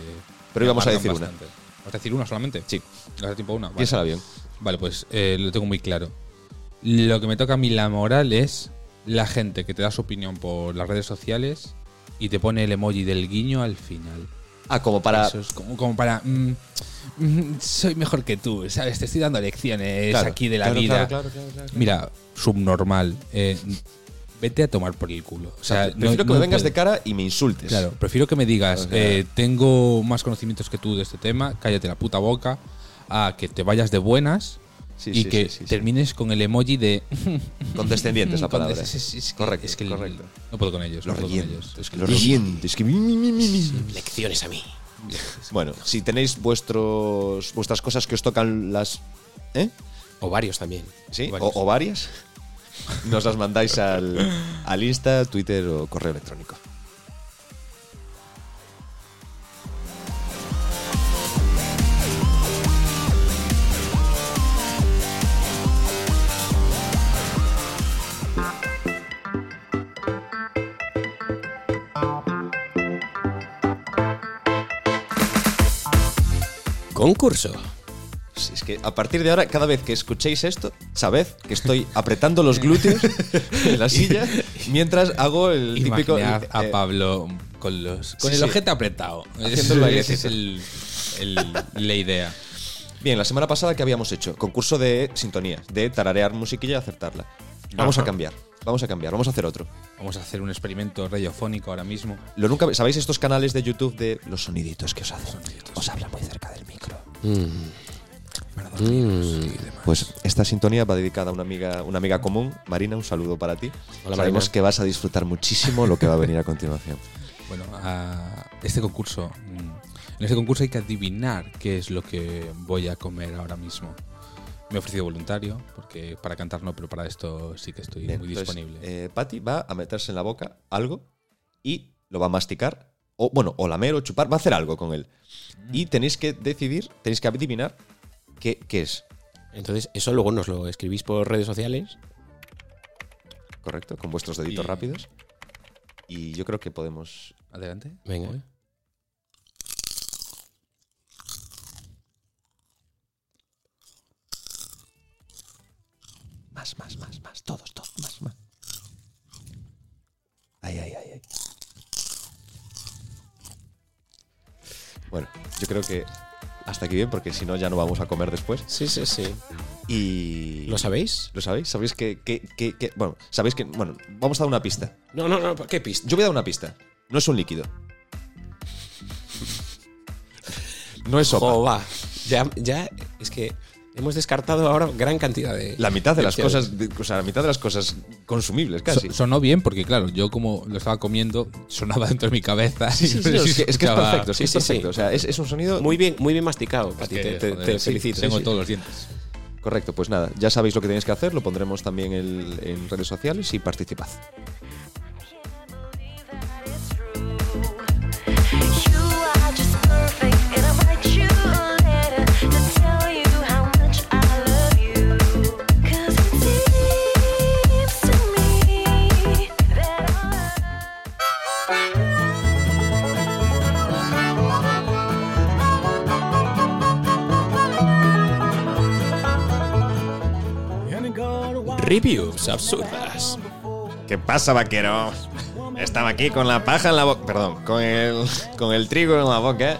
Speaker 3: Pero íbamos a
Speaker 4: amargan
Speaker 3: decir una.
Speaker 4: bastante. ¿Vas a decir una solamente?
Speaker 3: Sí.
Speaker 4: ¿Nos da tiempo a una? Vale.
Speaker 3: Piénsala bien.
Speaker 4: Vale, pues eh, lo tengo muy claro. Lo que me toca a mí la moral es la gente que te da su opinión por las redes sociales y te pone el emoji del guiño al final.
Speaker 3: Ah, como para.
Speaker 4: Eso es como, como para. mm, mm, soy mejor que tú, ¿sabes? Te estoy dando lecciones
Speaker 3: Claro,
Speaker 4: aquí de la
Speaker 3: claro, claro,
Speaker 4: vida.
Speaker 3: claro, claro, claro.
Speaker 4: Mira, subnormal. eh, vete a tomar por el culo. O
Speaker 3: O sea,
Speaker 4: sea, no-
Speaker 3: prefiero que me
Speaker 4: no
Speaker 3: vengas
Speaker 4: puedo.
Speaker 3: de cara y me insultes.
Speaker 4: Claro, prefiero que me digas,
Speaker 3: O sea-
Speaker 4: eh, tengo más conocimientos que tú de este tema, cállate la puta boca, a que te vayas de buenas
Speaker 3: Sí,
Speaker 4: y
Speaker 3: sí,
Speaker 4: que
Speaker 3: sí, sí, sí.
Speaker 4: termines con el emoji de.
Speaker 3: Condescendiente es la
Speaker 4: Mm, con-
Speaker 3: palabra.
Speaker 4: es- es- es que-
Speaker 3: correcto,
Speaker 4: es que el-
Speaker 3: correcto.
Speaker 4: No puedo con ellos.
Speaker 3: Los
Speaker 4: no puedo con
Speaker 3: reviento.
Speaker 4: ellos.
Speaker 3: Es que los reviento. Es que mi, mi, mi, mi, mi.
Speaker 5: Lecciones a mí.
Speaker 3: Bueno, si tenéis vuestros vuestras cosas que os tocan las. ¿Eh?
Speaker 5: O varios también.
Speaker 3: ¿Sí?
Speaker 4: Varios.
Speaker 3: O, o varias. Nos las mandáis al, al Insta, Twitter o correo electrónico.
Speaker 5: Concurso.
Speaker 3: Si Pues es que a partir de ahora, cada vez que escuchéis esto, sabed que estoy apretando los glúteos en la silla mientras hago el típico.
Speaker 4: Imaginad a
Speaker 3: eh,
Speaker 4: Pablo con los con
Speaker 3: sí, sí.
Speaker 4: el ojete apretado.
Speaker 3: Haciendo el
Speaker 4: Esa es
Speaker 3: bailecito.
Speaker 4: el- el- la idea.
Speaker 3: Bien, la semana pasada que habíamos hecho concurso de sintonías, de tararear musiquilla y acertarla. Vamos a cambiar. Vamos a cambiar, vamos a hacer otro.
Speaker 4: Vamos a hacer un experimento radiofónico ahora mismo.
Speaker 3: Lo nunca, ¿Sabéis estos canales de YouTube de los soniditos que os hacen? Os hablan muy cerca del micro. Pues esta sintonía va dedicada a una amiga, una amiga común. Marina, un saludo para ti.
Speaker 5: Hola,
Speaker 3: Sabemos
Speaker 5: Marina.
Speaker 3: que vas a disfrutar muchísimo lo que va a venir a continuación.
Speaker 4: Bueno, a este concurso. mm, En este concurso hay que adivinar qué es lo que voy a comer ahora mismo. Me he ofrecido voluntario, porque para cantar no, pero para esto sí que estoy
Speaker 3: Bien,
Speaker 4: muy
Speaker 3: entonces,
Speaker 4: disponible.
Speaker 3: eh, Patty va a meterse en la boca algo y lo va a masticar. O, bueno, o lamer o chupar, va a hacer algo con él. Y tenéis que decidir, tenéis que adivinar qué, qué es.
Speaker 5: Entonces, eso luego nos lo escribís por redes sociales.
Speaker 3: ¿Correcto? Con vuestros deditos
Speaker 4: Y-
Speaker 3: rápidos. Y yo creo que podemos.
Speaker 4: Adelante.
Speaker 5: Venga.
Speaker 3: Más, más, más, más. Todos, todos, más, más. Ay, ay, ay, ay. Bueno, yo creo que hasta aquí bien, porque si no ya no vamos a comer después.
Speaker 5: Sí, sí, sí.
Speaker 3: Y.
Speaker 5: ¿Lo sabéis?
Speaker 3: ¿Lo sabéis? ¿Sabéis que, que- que- que- Bueno, sabéis que. Bueno, vamos a dar una pista.
Speaker 5: No, no, no. ¿Qué pista?
Speaker 3: Yo voy a dar una pista. No es un líquido. No es sopa.
Speaker 5: Oh, va. Ya, ya, es que hemos descartado ahora gran cantidad de.
Speaker 3: La mitad de las
Speaker 5: Hostia.
Speaker 3: cosas. de- O sea, la mitad de las cosas consumibles,
Speaker 4: So-
Speaker 3: casi.
Speaker 4: sonó bien, porque claro, yo como lo estaba comiendo, sonaba dentro de mi cabeza.
Speaker 3: Sí, sí,
Speaker 4: No
Speaker 3: sí,
Speaker 4: sé
Speaker 3: es,
Speaker 4: si
Speaker 3: que, es que es
Speaker 4: escuchaba-
Speaker 3: perfecto, es que
Speaker 5: Sí, sí,
Speaker 3: es
Speaker 5: sí.
Speaker 3: perfecto. O sea, es, es un sonido
Speaker 5: Muy bien, muy bien masticado, Pati.
Speaker 4: que,
Speaker 5: te, te-
Speaker 4: joder,
Speaker 5: te
Speaker 4: sí,
Speaker 5: felicito.
Speaker 4: Tengo
Speaker 5: Sí, sí.
Speaker 4: todos los dientes.
Speaker 3: correcto. Pues nada, ya sabéis lo que tenéis que hacer, lo pondremos también en, en redes sociales y participad.
Speaker 7: You are just perfect, and I write you a letter to tell you how much I love you. 'Cause it seems to me that all I-
Speaker 5: Reviews absurdas.
Speaker 3: ¿Qué pasa, vaquero? Estaba aquí con la paja en la boca. Perdón, con el, con el trigo en la boca.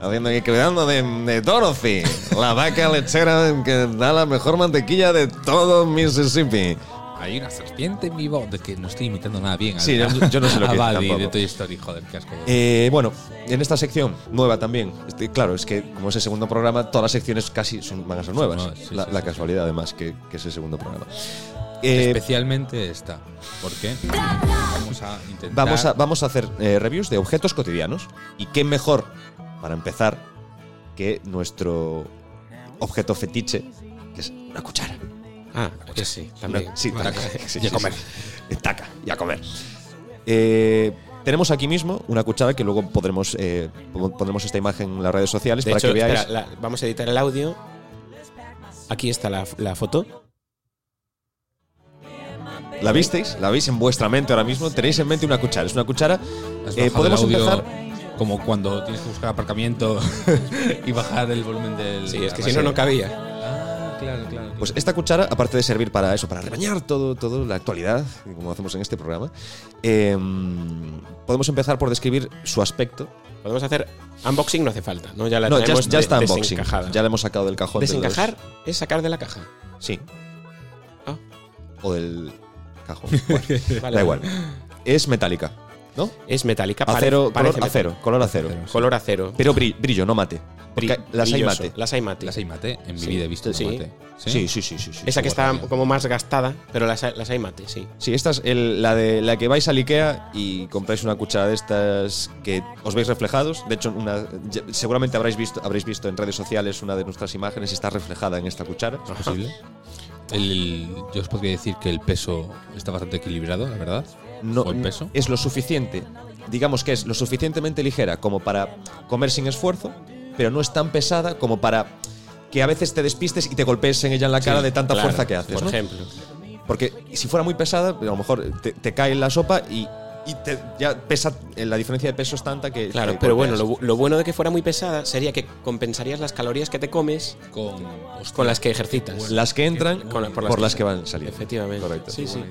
Speaker 3: Haciendo y cuidando de, de Dorothy, la vaca lechera que da la mejor mantequilla de todo Mississippi.
Speaker 4: Hay una serpiente en mi voz de que no estoy imitando nada bien.
Speaker 3: Sí,
Speaker 4: a-
Speaker 3: yo- yo no sé lo
Speaker 4: a
Speaker 3: que hice
Speaker 4: Buddy de
Speaker 3: tampoco.
Speaker 4: Toy Story, joder, qué asco.
Speaker 3: Eh, bueno, en esta sección nueva también. Este, claro, es que como es el segundo programa, todas las secciones casi son, van a ser nuevas.
Speaker 4: nuevas, sí,
Speaker 3: la
Speaker 4: sí,
Speaker 3: la
Speaker 4: sí.
Speaker 3: casualidad, además, que, que es el segundo programa. Eh,
Speaker 4: Especialmente esta. ¿Por qué? Vamos a intentar.
Speaker 3: vamos, a, vamos a hacer eh, reviews de objetos cotidianos. ¿Y qué mejor para empezar que nuestro objeto fetiche, que es una cuchara?
Speaker 5: Ah, que sí, también.
Speaker 3: Una- sí,
Speaker 5: Vale.
Speaker 3: taca. Sí,
Speaker 5: y a
Speaker 3: sí,
Speaker 5: comer.
Speaker 3: sí. Taca, y a comer. Eh, tenemos aquí mismo una cuchara que luego podremos eh, pon- pondremos esta imagen en las redes sociales
Speaker 5: De
Speaker 3: para
Speaker 5: hecho,
Speaker 3: que veáis.
Speaker 5: espera, la- vamos a editar el audio. Aquí está la, la foto.
Speaker 3: ¿La visteis? ¿La veis en vuestra mente ahora mismo? Tenéis en mente una cuchara. Es una cuchara.
Speaker 4: Has
Speaker 3: Eh,
Speaker 4: bajado
Speaker 3: podemos
Speaker 4: el audio
Speaker 3: empezar.
Speaker 4: Como cuando tienes que buscar aparcamiento y bajar el volumen del.
Speaker 5: Sí, es que si no, no cabía.
Speaker 4: Ah, claro, claro.
Speaker 3: Pues esta cuchara, aparte de servir para eso, para rebañar todo, todo la actualidad, como hacemos en este programa, eh, podemos empezar por describir su aspecto.
Speaker 5: Podemos hacer unboxing, no hace falta. No, ya la
Speaker 3: No, ya,
Speaker 5: tenemos
Speaker 3: ya está
Speaker 5: de-
Speaker 3: unboxing.
Speaker 5: desencajada.
Speaker 3: Ya la hemos sacado del cajón. de los-
Speaker 5: Desencajar es sacar de la caja.
Speaker 3: sí.
Speaker 5: Ah.
Speaker 3: O del cajón. Bueno,
Speaker 5: Vale,
Speaker 3: da igual.
Speaker 5: vale.
Speaker 3: Es metálica, ¿no?
Speaker 5: Es metálica. pare-
Speaker 3: Acero,
Speaker 5: parece
Speaker 3: color
Speaker 5: metal-
Speaker 3: acero, color acero.
Speaker 5: Color acero.
Speaker 3: Pero bri- brillo, no mate. Porque
Speaker 5: Bri-
Speaker 3: las hay
Speaker 5: brilloso.
Speaker 3: mate.
Speaker 5: Las hay mate.
Speaker 4: las hay mate. En mi
Speaker 5: Sí.
Speaker 4: vida he visto una
Speaker 5: Sí.
Speaker 4: mate.
Speaker 3: Sí, sí, sí, sí, sí.
Speaker 5: Esa que
Speaker 4: Guarda,
Speaker 5: está
Speaker 4: ya.
Speaker 5: como más gastada, pero las, hay- las hay mate, sí.
Speaker 3: Sí, esta es el- la de la que vais al Ikea y compráis una cuchara de estas que os veis reflejados. De hecho, una- ya- seguramente habréis visto, habréis visto en redes sociales una de nuestras imágenes está reflejada en esta cuchara.
Speaker 4: ¿Es posible? El- el- yo os podría decir que el peso está bastante equilibrado, la verdad. ¿O el peso?
Speaker 3: es lo suficiente, digamos que es lo suficientemente ligera como para comer sin esfuerzo, pero no es tan pesada como para que a veces te despistes y te golpees en ella en la cara
Speaker 5: Sí,
Speaker 3: de tanta
Speaker 5: claro,
Speaker 3: fuerza que haces.
Speaker 5: Por
Speaker 3: ¿no?
Speaker 5: ejemplo.
Speaker 3: Porque si fuera muy pesada, a lo mejor te, te cae en la sopa y, y te- ya pesa, eh, la diferencia de peso es tanta que.
Speaker 5: Claro,
Speaker 3: que
Speaker 5: pero bueno,
Speaker 3: golpeas.
Speaker 5: lo, bu- lo bueno de que fuera muy pesada sería que compensarías las calorías que te comes
Speaker 3: eh,
Speaker 4: Con.
Speaker 5: con las que ejercitas.
Speaker 3: Las que entran
Speaker 5: Con la-
Speaker 3: por, las que van saliendo.
Speaker 5: Efectivamente.
Speaker 3: Correcto.
Speaker 5: Sí, sí.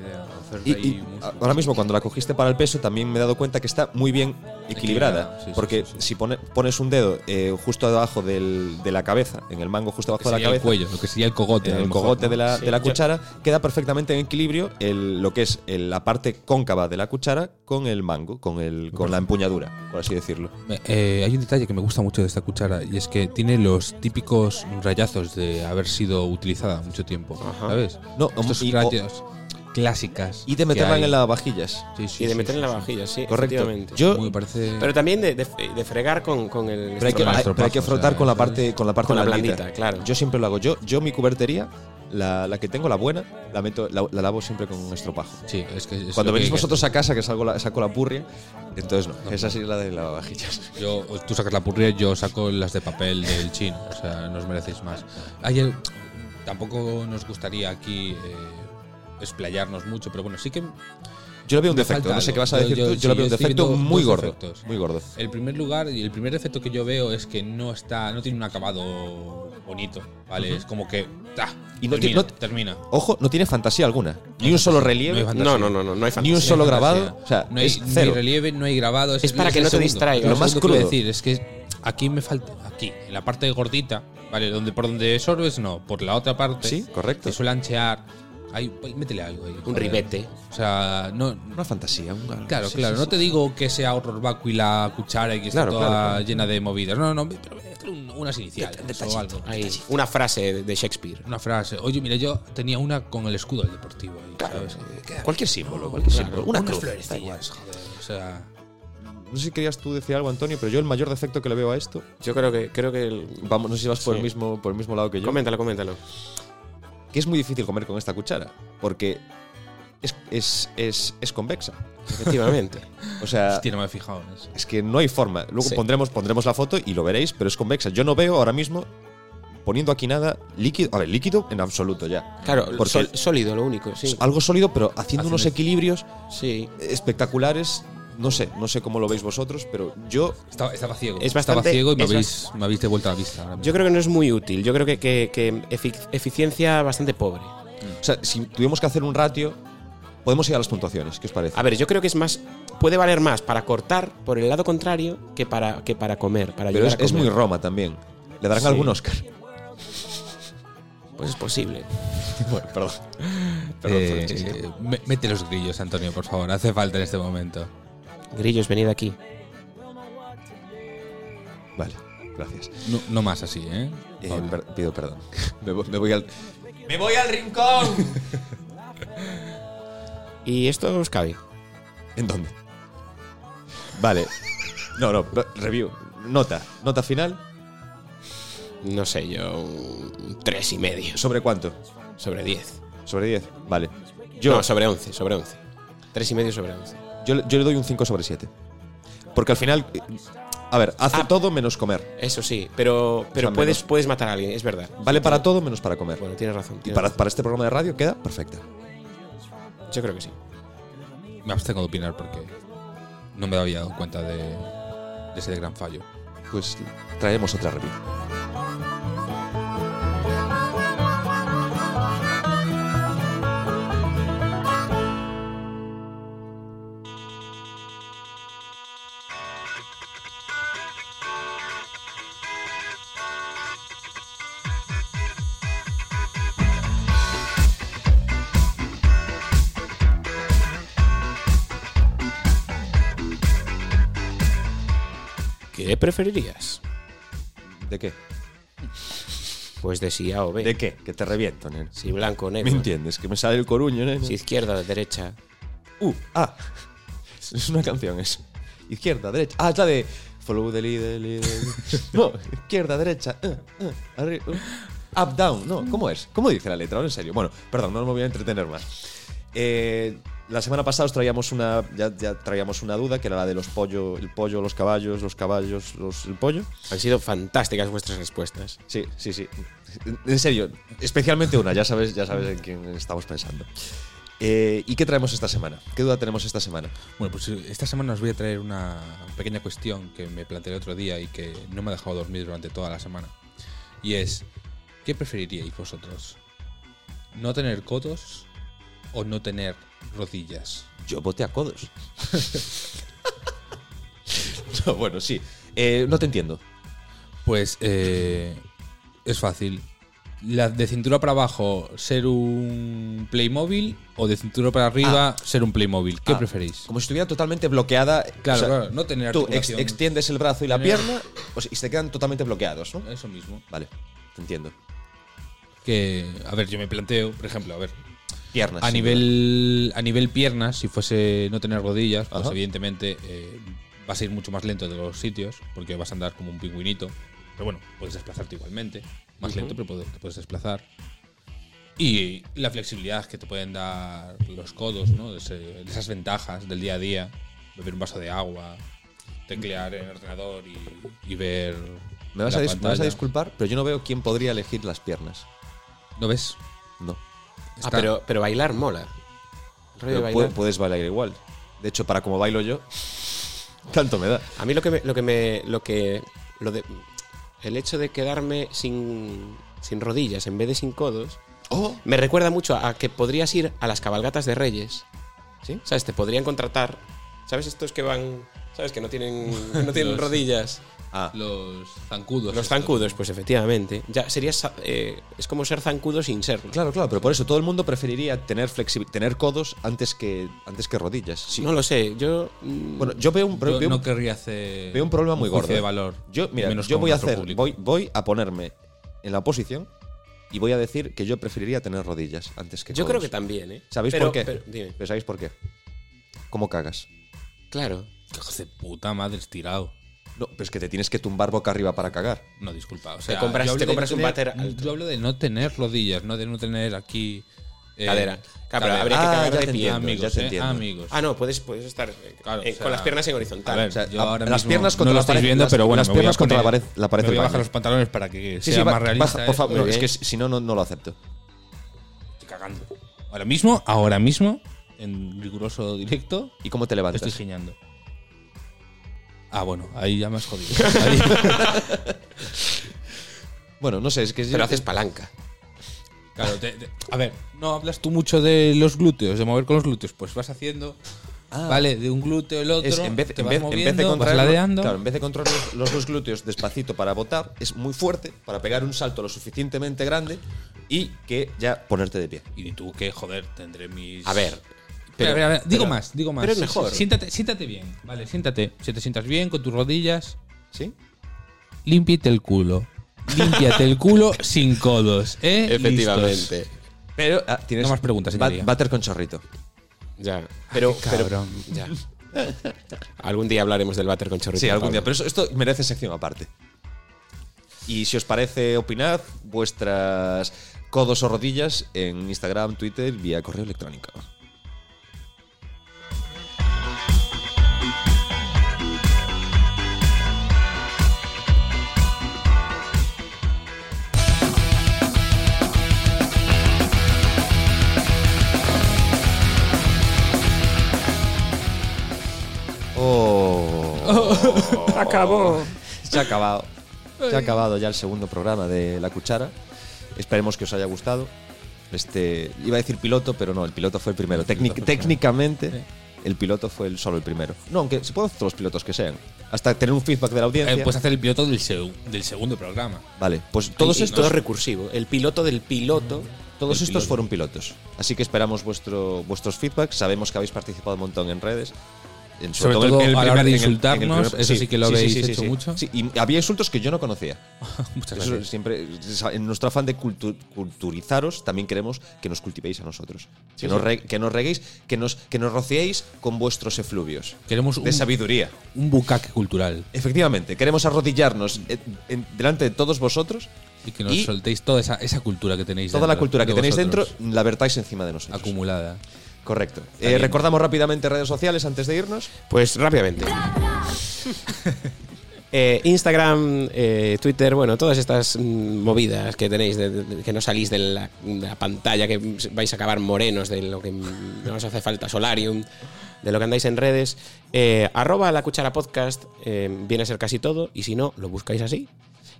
Speaker 4: Pues
Speaker 3: Y, y ahora mismo, cuando la cogiste para el peso, también me he dado cuenta que está muy bien equilibrada.
Speaker 4: Equilibrada, sí, sí,
Speaker 3: porque
Speaker 4: sí,
Speaker 3: si pone- pones un dedo eh, justo debajo del- de la cabeza, en el mango justo
Speaker 4: Que
Speaker 3: debajo de la
Speaker 4: sería el
Speaker 3: cabeza,
Speaker 4: cuello, lo que sería el cogote.
Speaker 3: en
Speaker 4: a
Speaker 3: el
Speaker 4: lo mejor,
Speaker 3: cogote
Speaker 4: ¿no?
Speaker 3: de la,
Speaker 4: Sí.
Speaker 3: de la cuchara, queda perfectamente en equilibrio el- lo que es el- la parte cóncava de la cuchara con el mango, con, el, con la empuñadura, por así decirlo.
Speaker 4: Me- eh, hay un detalle que me gusta mucho de esta cuchara y es que tiene los típicos rayazos de haber sido utilizada mucho tiempo, ¿sabes?
Speaker 3: No,
Speaker 4: Estos
Speaker 3: y- o-
Speaker 4: rayos clásicas.
Speaker 3: Y de meterla
Speaker 4: que hay.
Speaker 3: en las vajillas.
Speaker 4: Sí, sí,
Speaker 5: y de
Speaker 4: sí,
Speaker 5: meter en
Speaker 4: sí, sí.
Speaker 5: la vajilla, sí,
Speaker 3: Correcto.
Speaker 5: efectivamente.
Speaker 3: Yo,
Speaker 4: Muy, parece-
Speaker 5: Pero también de, de, de fregar con, con el.
Speaker 3: pero hay, que,
Speaker 4: Con el
Speaker 3: hay- pero hay que
Speaker 4: estropajo,
Speaker 3: frotar
Speaker 4: o sea,
Speaker 3: con la
Speaker 4: ¿sabes?
Speaker 3: parte con la parte
Speaker 5: Con la
Speaker 3: blandita.
Speaker 5: blandita, claro.
Speaker 3: Yo siempre lo hago. Yo, yo mi cubertería, la, la que tengo, la buena, la meto, la, la lavo siempre con un estropajo.
Speaker 4: Sí, es que es
Speaker 3: Cuando
Speaker 4: lo que
Speaker 3: venís
Speaker 4: hay que
Speaker 3: vosotros a casa que salgo la, saco la purria, entonces no.
Speaker 4: No,
Speaker 3: esa
Speaker 4: no.
Speaker 3: sí es la de lavavajillas.
Speaker 4: hacer. Yo, tú sacas la purria, yo saco las de papel del chin. O sea, no os merecéis más. Ayer tampoco nos gustaría aquí eh, explayarnos mucho, pero bueno, sí que
Speaker 3: Yo le veo un
Speaker 4: Me
Speaker 3: defecto,
Speaker 4: falta
Speaker 3: no sé
Speaker 4: algo.
Speaker 3: qué vas a
Speaker 4: Yo-
Speaker 3: decir
Speaker 4: yo-
Speaker 3: tú. Yo
Speaker 4: sí,
Speaker 3: le veo un
Speaker 4: yo estoy
Speaker 3: defecto
Speaker 4: viendo
Speaker 3: muy
Speaker 4: dos
Speaker 3: gordo.
Speaker 4: defectos.
Speaker 3: Muy gordo.
Speaker 4: El primer lugar y el primer defecto que yo veo es que no está, no tiene un acabado bonito, ¿vale? Es como que ta,
Speaker 3: Y no ti-
Speaker 4: termina,
Speaker 3: no-
Speaker 4: termina.
Speaker 3: Ojo, no tiene fantasía alguna. Ni un solo relieve.
Speaker 4: hay fantasía.
Speaker 5: No, no, no, no, no hay
Speaker 3: Ni un
Speaker 5: fantasía.
Speaker 3: solo
Speaker 4: No hay
Speaker 3: grabado.
Speaker 4: fantasía.
Speaker 3: O sea,
Speaker 4: no hay
Speaker 3: es
Speaker 4: ni
Speaker 3: cero.
Speaker 4: relieve, no hay grabado.
Speaker 5: Es para que no te distraiga.
Speaker 3: Lo
Speaker 4: Lo
Speaker 3: más
Speaker 4: más quiero
Speaker 3: crudo.
Speaker 4: decir es que aquí me falta, aquí, en la parte gordita, ¿vale? Donde por donde sorbes no, por la otra parte.
Speaker 3: Sí, correcto.
Speaker 4: Que suele anchear. Ahí, pues, métele algo ahí.
Speaker 5: Un
Speaker 4: joder.
Speaker 5: ribete.
Speaker 4: O sea, no,
Speaker 3: Una fantasía. un algo.
Speaker 4: Claro,
Speaker 3: Sí,
Speaker 4: claro.
Speaker 3: sí,
Speaker 4: No
Speaker 3: sí.
Speaker 4: te digo que sea horror vacu y la cuchara y que
Speaker 3: Claro,
Speaker 4: esté toda
Speaker 3: claro, claro.
Speaker 4: llena de movidas. No, no, no. Pero métele un- unas iniciales o algo.
Speaker 5: Ahí, una frase de Shakespeare.
Speaker 4: Una frase. Oye, mira, yo tenía una con el escudo del deportivo. ahí, ¿sabes? Queda-
Speaker 5: Cualquier símbolo, cualquier
Speaker 4: claro,
Speaker 5: símbolo. Una
Speaker 4: unas
Speaker 5: cruz. da igual.
Speaker 4: florecillas, joder. O sea,
Speaker 3: No sé si querías tú decir algo, Antonio, pero yo el mayor defecto que le veo a esto.
Speaker 5: Yo creo que. Creo que el-
Speaker 3: Vamos, no sé si vas por,
Speaker 5: Sí.
Speaker 3: el mismo, por el mismo lado que yo.
Speaker 5: Coméntalo, coméntalo.
Speaker 3: que es muy difícil comer con esta cuchara, porque es, es, es, es convexa.
Speaker 5: Efectivamente.
Speaker 3: O sea,
Speaker 4: hostia, no me he fijado en eso.
Speaker 3: es que no hay forma. Luego
Speaker 5: Sí.
Speaker 3: pondremos, pondremos la foto y lo veréis, pero es convexa. Yo no veo ahora mismo poniendo aquí nada líquido. A ver, líquido en absoluto ya.
Speaker 5: Claro,
Speaker 3: Porque-
Speaker 5: sol- sólido lo único, sí.
Speaker 3: Algo sólido, pero haciendo unos equilibrios
Speaker 5: Sí.
Speaker 3: espectaculares. No sé, no sé cómo lo veis vosotros, pero yo
Speaker 4: Estaba, estaba ciego.
Speaker 5: Es
Speaker 4: estaba
Speaker 5: bastante-
Speaker 4: ciego y me
Speaker 5: es
Speaker 4: habéis, me habéis devuelto la vista. ahora mismo.
Speaker 5: Yo creo que no es muy útil. Yo creo que, que- que efic- eficiencia bastante pobre.
Speaker 3: O sea, si tuviéramos que hacer un ratio, podemos ir a las puntuaciones. ¿Qué os parece?
Speaker 5: A ver, yo creo que es más. Puede valer más para cortar por el lado contrario que para, que para comer. Para
Speaker 3: pero es,
Speaker 5: ayudar a
Speaker 3: es muy
Speaker 5: comer.
Speaker 3: Roma también. Le darán
Speaker 5: Sí.
Speaker 3: algún Oscar.
Speaker 5: Pues es posible.
Speaker 3: bueno, perdón. Perdón,
Speaker 4: Eh,
Speaker 3: Francis.
Speaker 4: eh, me- mete los grillos, Antonio, por favor. Hace falta en este momento.
Speaker 5: Grillos, venid aquí.
Speaker 3: Vale, gracias.
Speaker 4: No, no más así, ¿eh?
Speaker 3: Eh,
Speaker 4: Pablo.
Speaker 3: per- pido perdón. me, vo- me voy al.
Speaker 5: ¡Me voy al rincón! y esto os cabe.
Speaker 3: ¿En dónde? Vale. No, no, no, review. Nota. Nota final.
Speaker 5: No sé, yo. un Tres y medio.
Speaker 3: ¿Sobre cuánto?
Speaker 5: Sobre diez.
Speaker 3: Sobre 10. Vale.
Speaker 5: Yo.
Speaker 3: Yo,
Speaker 5: No, sobre once, sobre once. Tres y medio sobre once.
Speaker 3: yo, le- yo le doy un 5 sobre 7. Porque al final. eh, A ver, hace
Speaker 5: Ah.
Speaker 3: todo menos comer.
Speaker 5: Eso sí, pero, pero
Speaker 3: menos.
Speaker 5: puedes, puedes matar a alguien, es verdad.
Speaker 3: Vale para todo menos para comer.
Speaker 5: Bueno, tienes razón.
Speaker 3: Y
Speaker 5: tienes
Speaker 3: para,
Speaker 5: razón.
Speaker 3: para este programa de radio queda perfecta.
Speaker 5: Yo creo que sí.
Speaker 4: Me abstengo de opinar porque no me había dado cuenta de, de ese gran fallo.
Speaker 3: Pues traemos otra review.
Speaker 5: ¿Qué preferirías?
Speaker 3: ¿De qué?
Speaker 5: Pues de sí A o B.
Speaker 3: ¿De qué? Que te reviento, nene.
Speaker 5: Si blanco o
Speaker 3: ¿Me
Speaker 5: negro.
Speaker 3: entiendes? Que me sale el coruño, nene.
Speaker 5: Si izquierda o derecha.
Speaker 3: Uh, ah. Es una canción eso. Izquierda, derecha. Ah, es la de. Follow the leader, leader. No, izquierda, derecha. uh, uh, arri- uh. Up, down. No, ¿cómo es? ¿Cómo dice la letra? Ahora en serio. Bueno, perdón, no me voy a entretener más. Eh, la semana pasada os traíamos una. Ya, ya traíamos una duda que era la de los pollo, el pollo, los caballos, los caballos, los, el pollo.
Speaker 5: Han sido fantásticas vuestras respuestas.
Speaker 3: Sí, sí, sí. En serio, especialmente una, ya sabes, ya sabes en quién estamos pensando. Eh, ¿Y qué traemos esta semana? ¿Qué duda tenemos esta semana?
Speaker 4: Bueno, pues eh, esta semana os voy a traer una pequeña cuestión que me planteé el otro día y que no me ha dejado dormir durante toda la semana. Y es, ¿qué preferiríais vosotros? ¿No tener codos o no tener rodillas?
Speaker 3: Yo voté a codos. No, bueno, sí. Eh, no te entiendo.
Speaker 4: Pues eh, es fácil. La de cintura para abajo, ser un Playmobil o de cintura para arriba, ser un Playmobil. ¿Qué
Speaker 3: Ah,
Speaker 4: preferís?
Speaker 3: Como si estuviera totalmente bloqueada.
Speaker 4: Claro, claro, no tener
Speaker 3: Tú ex-
Speaker 4: articulación. Eh.
Speaker 3: extiendes el brazo y la
Speaker 4: Tener-
Speaker 3: pierna o sea, y se quedan totalmente bloqueados, ¿no?
Speaker 4: Eso mismo.
Speaker 3: Vale, te entiendo.
Speaker 4: Que, a ver, yo me planteo, por ejemplo, a ver,
Speaker 3: Piernas.
Speaker 4: a
Speaker 3: sí,
Speaker 4: nivel a nivel piernas, si fuese no tener rodillas, pues
Speaker 3: Ajá.
Speaker 4: evidentemente eh, vas a ir mucho más lento de los sitios, porque vas a andar como un pingüinito. Pero bueno, puedes desplazarte igualmente. Más lento, pero puedes- te puedes desplazar. Y la flexibilidad que te pueden dar los codos, ¿no? De ese- de esas ventajas del día a día. Beber un vaso de agua, teclear en el ordenador y, y ver.
Speaker 3: Me vas,
Speaker 4: la
Speaker 3: a dis- me vas a
Speaker 4: pantalla.
Speaker 3: disculpar, pero yo no veo quién podría elegir las piernas.
Speaker 4: ¿No ves?
Speaker 3: No.
Speaker 5: Ah,
Speaker 4: Está-
Speaker 5: pero, pero bailar mola. El rollo de
Speaker 3: Pero pu-
Speaker 5: bailar.
Speaker 3: puedes bailar igual. De hecho, para como bailo yo, tanto me da.
Speaker 5: A mí lo que me, lo que me, lo que, lo de, el hecho de quedarme sin, sin rodillas en vez de sin codos,
Speaker 3: Oh,
Speaker 5: me recuerda mucho a, a que podrías ir a las cabalgatas de reyes.
Speaker 3: ¿Sí?
Speaker 5: ¿Sabes? Te podrían contratar. ¿Sabes estos que van, sabes que no tienen, que no tienen
Speaker 4: Los-
Speaker 5: rodillas?
Speaker 3: Ah,
Speaker 4: Los zancudos.
Speaker 5: Los
Speaker 4: estos.
Speaker 5: zancudos, pues efectivamente. Ya serías, sa- eh, es como ser zancudo sin serlo.
Speaker 3: claro, claro, pero por eso todo el mundo preferiría tener flexi- tener codos antes que antes que rodillas. Sí.
Speaker 5: No lo sé, yo mm,
Speaker 3: Bueno, yo veo un,
Speaker 4: Yo
Speaker 3: veo un-
Speaker 4: no querría hacer.
Speaker 3: veo un problema muy
Speaker 4: juicio
Speaker 3: gordo.
Speaker 4: de
Speaker 3: ¿eh?
Speaker 4: valor.
Speaker 3: Yo, mira,
Speaker 4: menos
Speaker 3: yo
Speaker 4: con
Speaker 3: voy a
Speaker 4: nuestro
Speaker 3: hacer,
Speaker 4: público.
Speaker 3: voy, voy a ponerme en la posición y voy a decir que yo preferiría tener rodillas antes que
Speaker 5: yo
Speaker 3: codos.
Speaker 5: creo que también, ¿eh?
Speaker 3: ¿Sabéis
Speaker 5: Pero-
Speaker 3: por qué?
Speaker 5: pero- dime.
Speaker 3: Pero ¿Sabéis por qué? ¿Cómo cagas?
Speaker 5: Claro.
Speaker 4: Hijo de puta madre, estirado.
Speaker 3: No, pero es que te tienes que tumbar boca arriba para cagar.
Speaker 4: No, disculpa. O sea,
Speaker 5: compras-
Speaker 4: yo hablo
Speaker 5: te
Speaker 4: de
Speaker 5: compras
Speaker 4: no
Speaker 5: un
Speaker 4: tener-
Speaker 5: váter alto.
Speaker 4: Yo hablo de no tener rodillas, no de no tener aquí. eh,
Speaker 5: Cadera. Claro, pero habría que
Speaker 4: Ah, ya
Speaker 5: cagar de
Speaker 4: te
Speaker 5: pie.
Speaker 4: entiendo, Amigos,
Speaker 3: ya te
Speaker 4: eh,
Speaker 3: entiendo.
Speaker 4: amigos.
Speaker 5: Ah, no, puedes, puedes estar eh,
Speaker 4: Claro,
Speaker 5: eh,
Speaker 4: o sea,
Speaker 5: con las piernas en horizontal.
Speaker 4: A ver,
Speaker 3: Ah, O sea,
Speaker 4: yo
Speaker 3: a-
Speaker 4: ahora
Speaker 3: las
Speaker 4: mismo
Speaker 3: piernas contra
Speaker 4: no lo
Speaker 3: la
Speaker 4: estáis
Speaker 3: pared,
Speaker 4: viendo,
Speaker 3: las-
Speaker 4: pero bueno,
Speaker 3: las
Speaker 4: me voy a
Speaker 3: piernas contra la
Speaker 4: poner-
Speaker 3: pared- la pared
Speaker 4: Me voy
Speaker 3: del
Speaker 4: a bajar
Speaker 3: baño.
Speaker 4: los pantalones para que
Speaker 3: Sí,
Speaker 4: sea
Speaker 3: sí, ba-
Speaker 4: más realista. ¿eh?
Speaker 3: baja, por
Speaker 4: esto.
Speaker 3: favor, eh.
Speaker 5: Muy
Speaker 3: es que
Speaker 5: bien.
Speaker 3: si si no, no no lo acepto.
Speaker 4: Estoy cagando. Ahora mismo, ahora mismo, en riguroso directo,
Speaker 3: ¿Y cómo te levantas?
Speaker 4: estoy giñando. Ah, bueno, ahí ya me has jodido. Ahí-
Speaker 3: Bueno, no sé, es que
Speaker 5: Pero haces palanca.
Speaker 4: Claro, te- te- a ver, no hablas tú mucho de los glúteos, de mover con los glúteos, pues vas haciendo, vale, de un glúteo el otro,
Speaker 3: es en vez,
Speaker 4: te
Speaker 3: en
Speaker 4: vas
Speaker 3: vez- en vez
Speaker 4: moviendo,
Speaker 3: de
Speaker 4: vas
Speaker 3: contraer,
Speaker 4: ladeando.
Speaker 3: claro, en vez de contraer los, los dos glúteos despacito para botar, es muy fuerte para pegar un salto lo suficientemente grande y que ya ponerte de pie.
Speaker 4: Y tú que, joder, tendré mis...
Speaker 5: A ver,
Speaker 4: Pero,
Speaker 5: pero-
Speaker 4: a ver, a ver, digo
Speaker 5: pero-
Speaker 4: más, digo más.
Speaker 5: pero es
Speaker 4: Sí,
Speaker 5: mejor.
Speaker 4: sí, Siéntate, siéntate bien, vale, siéntate. Si te sientas bien con tus rodillas,
Speaker 3: ¿Sí?
Speaker 4: límpiate el culo. Límpiate el culo sin codos, ¿eh? Listos.
Speaker 5: efectivamente.
Speaker 3: Pero ah, tienes
Speaker 4: No más preguntas,
Speaker 3: ba-
Speaker 4: señoría.
Speaker 3: Váter con chorrito.
Speaker 5: Ya. Pero, pero ya. Algún día hablaremos del váter con chorrito.
Speaker 3: Sí, algún día.
Speaker 5: Pablo.
Speaker 3: Pero eso- esto merece sección aparte. Y si os parece, opinad vuestras codos o rodillas en Instagram, Twitter, vía correo electrónico. Oh.
Speaker 5: acabó.
Speaker 3: Se ha acabado. Se ha acabado ya el segundo programa de La Cuchara. Esperemos que os haya gustado. Este, iba a decir piloto, pero no, el piloto fue el primero. Técnic- técnicamente, el piloto fue el, solo el primero. No, aunque se pueden hacer todos los pilotos que sean. Hasta tener un feedback de la audiencia.
Speaker 4: Eh, puedes hacer el piloto del, seu- del segundo programa.
Speaker 3: vale, pues
Speaker 5: Todos
Speaker 3: todos
Speaker 5: esto
Speaker 3: estos,
Speaker 5: es recursivo. El piloto del piloto.
Speaker 3: todos
Speaker 4: el
Speaker 3: estos
Speaker 4: piloto.
Speaker 3: fueron pilotos. Así que esperamos vuestro, vuestros feedbacks. Sabemos que habéis participado un montón en redes. En-
Speaker 4: Sobre todo
Speaker 3: en
Speaker 4: a la hora de
Speaker 3: en en primer-
Speaker 4: insultarnos, eso sí que lo habéis hecho
Speaker 3: sí.
Speaker 4: mucho.
Speaker 3: Sí, y había insultos que yo no conocía.
Speaker 4: Muchas
Speaker 3: Eso
Speaker 4: gracias.
Speaker 3: siempre, en nuestro afán de cultu- culturizaros, también queremos que nos cultivéis a nosotros. que, Nos re- que nos reguéis, que nos, que nos rociéis con vuestros efluvios.
Speaker 4: Queremos
Speaker 3: de
Speaker 4: un-
Speaker 3: sabiduría.
Speaker 4: Un bucaque cultural.
Speaker 3: Efectivamente, queremos arrodillarnos eh, en- delante de todos vosotros
Speaker 4: Y que nos
Speaker 3: Y-
Speaker 4: soltéis toda esa, esa cultura que tenéis
Speaker 3: toda la
Speaker 4: dentro
Speaker 3: cultura que
Speaker 4: de
Speaker 3: tenéis dentro,
Speaker 4: vosotros,
Speaker 3: la vertáis encima de nosotros.
Speaker 4: acumulada.
Speaker 3: Correcto. Eh,
Speaker 4: bien.
Speaker 3: recordamos rápidamente redes sociales antes de irnos.
Speaker 5: Pues rápidamente. Eh, Instagram, eh, Twitter, bueno, todas estas mm, movidas que tenéis, de- de- que no salís de la, de la pantalla, que vais a acabar morenos de lo que mm, no os hace falta, solarium, de lo que andáis en redes. eh, arroba la cuchara podcast, eh, viene a ser casi todo, y si no, lo buscáis así.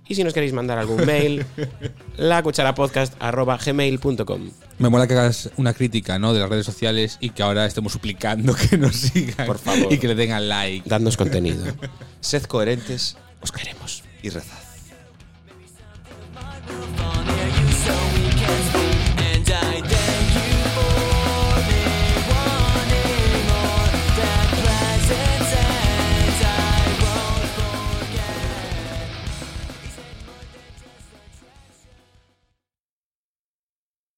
Speaker 5: Y si nos queréis mandar algún mail, la arroba gmail.com.
Speaker 4: Me mola que hagas una crítica ¿no? de las redes sociales y que ahora estemos suplicando que nos sigan
Speaker 5: Por favor.
Speaker 4: y que le den al like.
Speaker 5: Dadnos contenido. sed coherentes
Speaker 3: Os queremos.
Speaker 5: y rezad.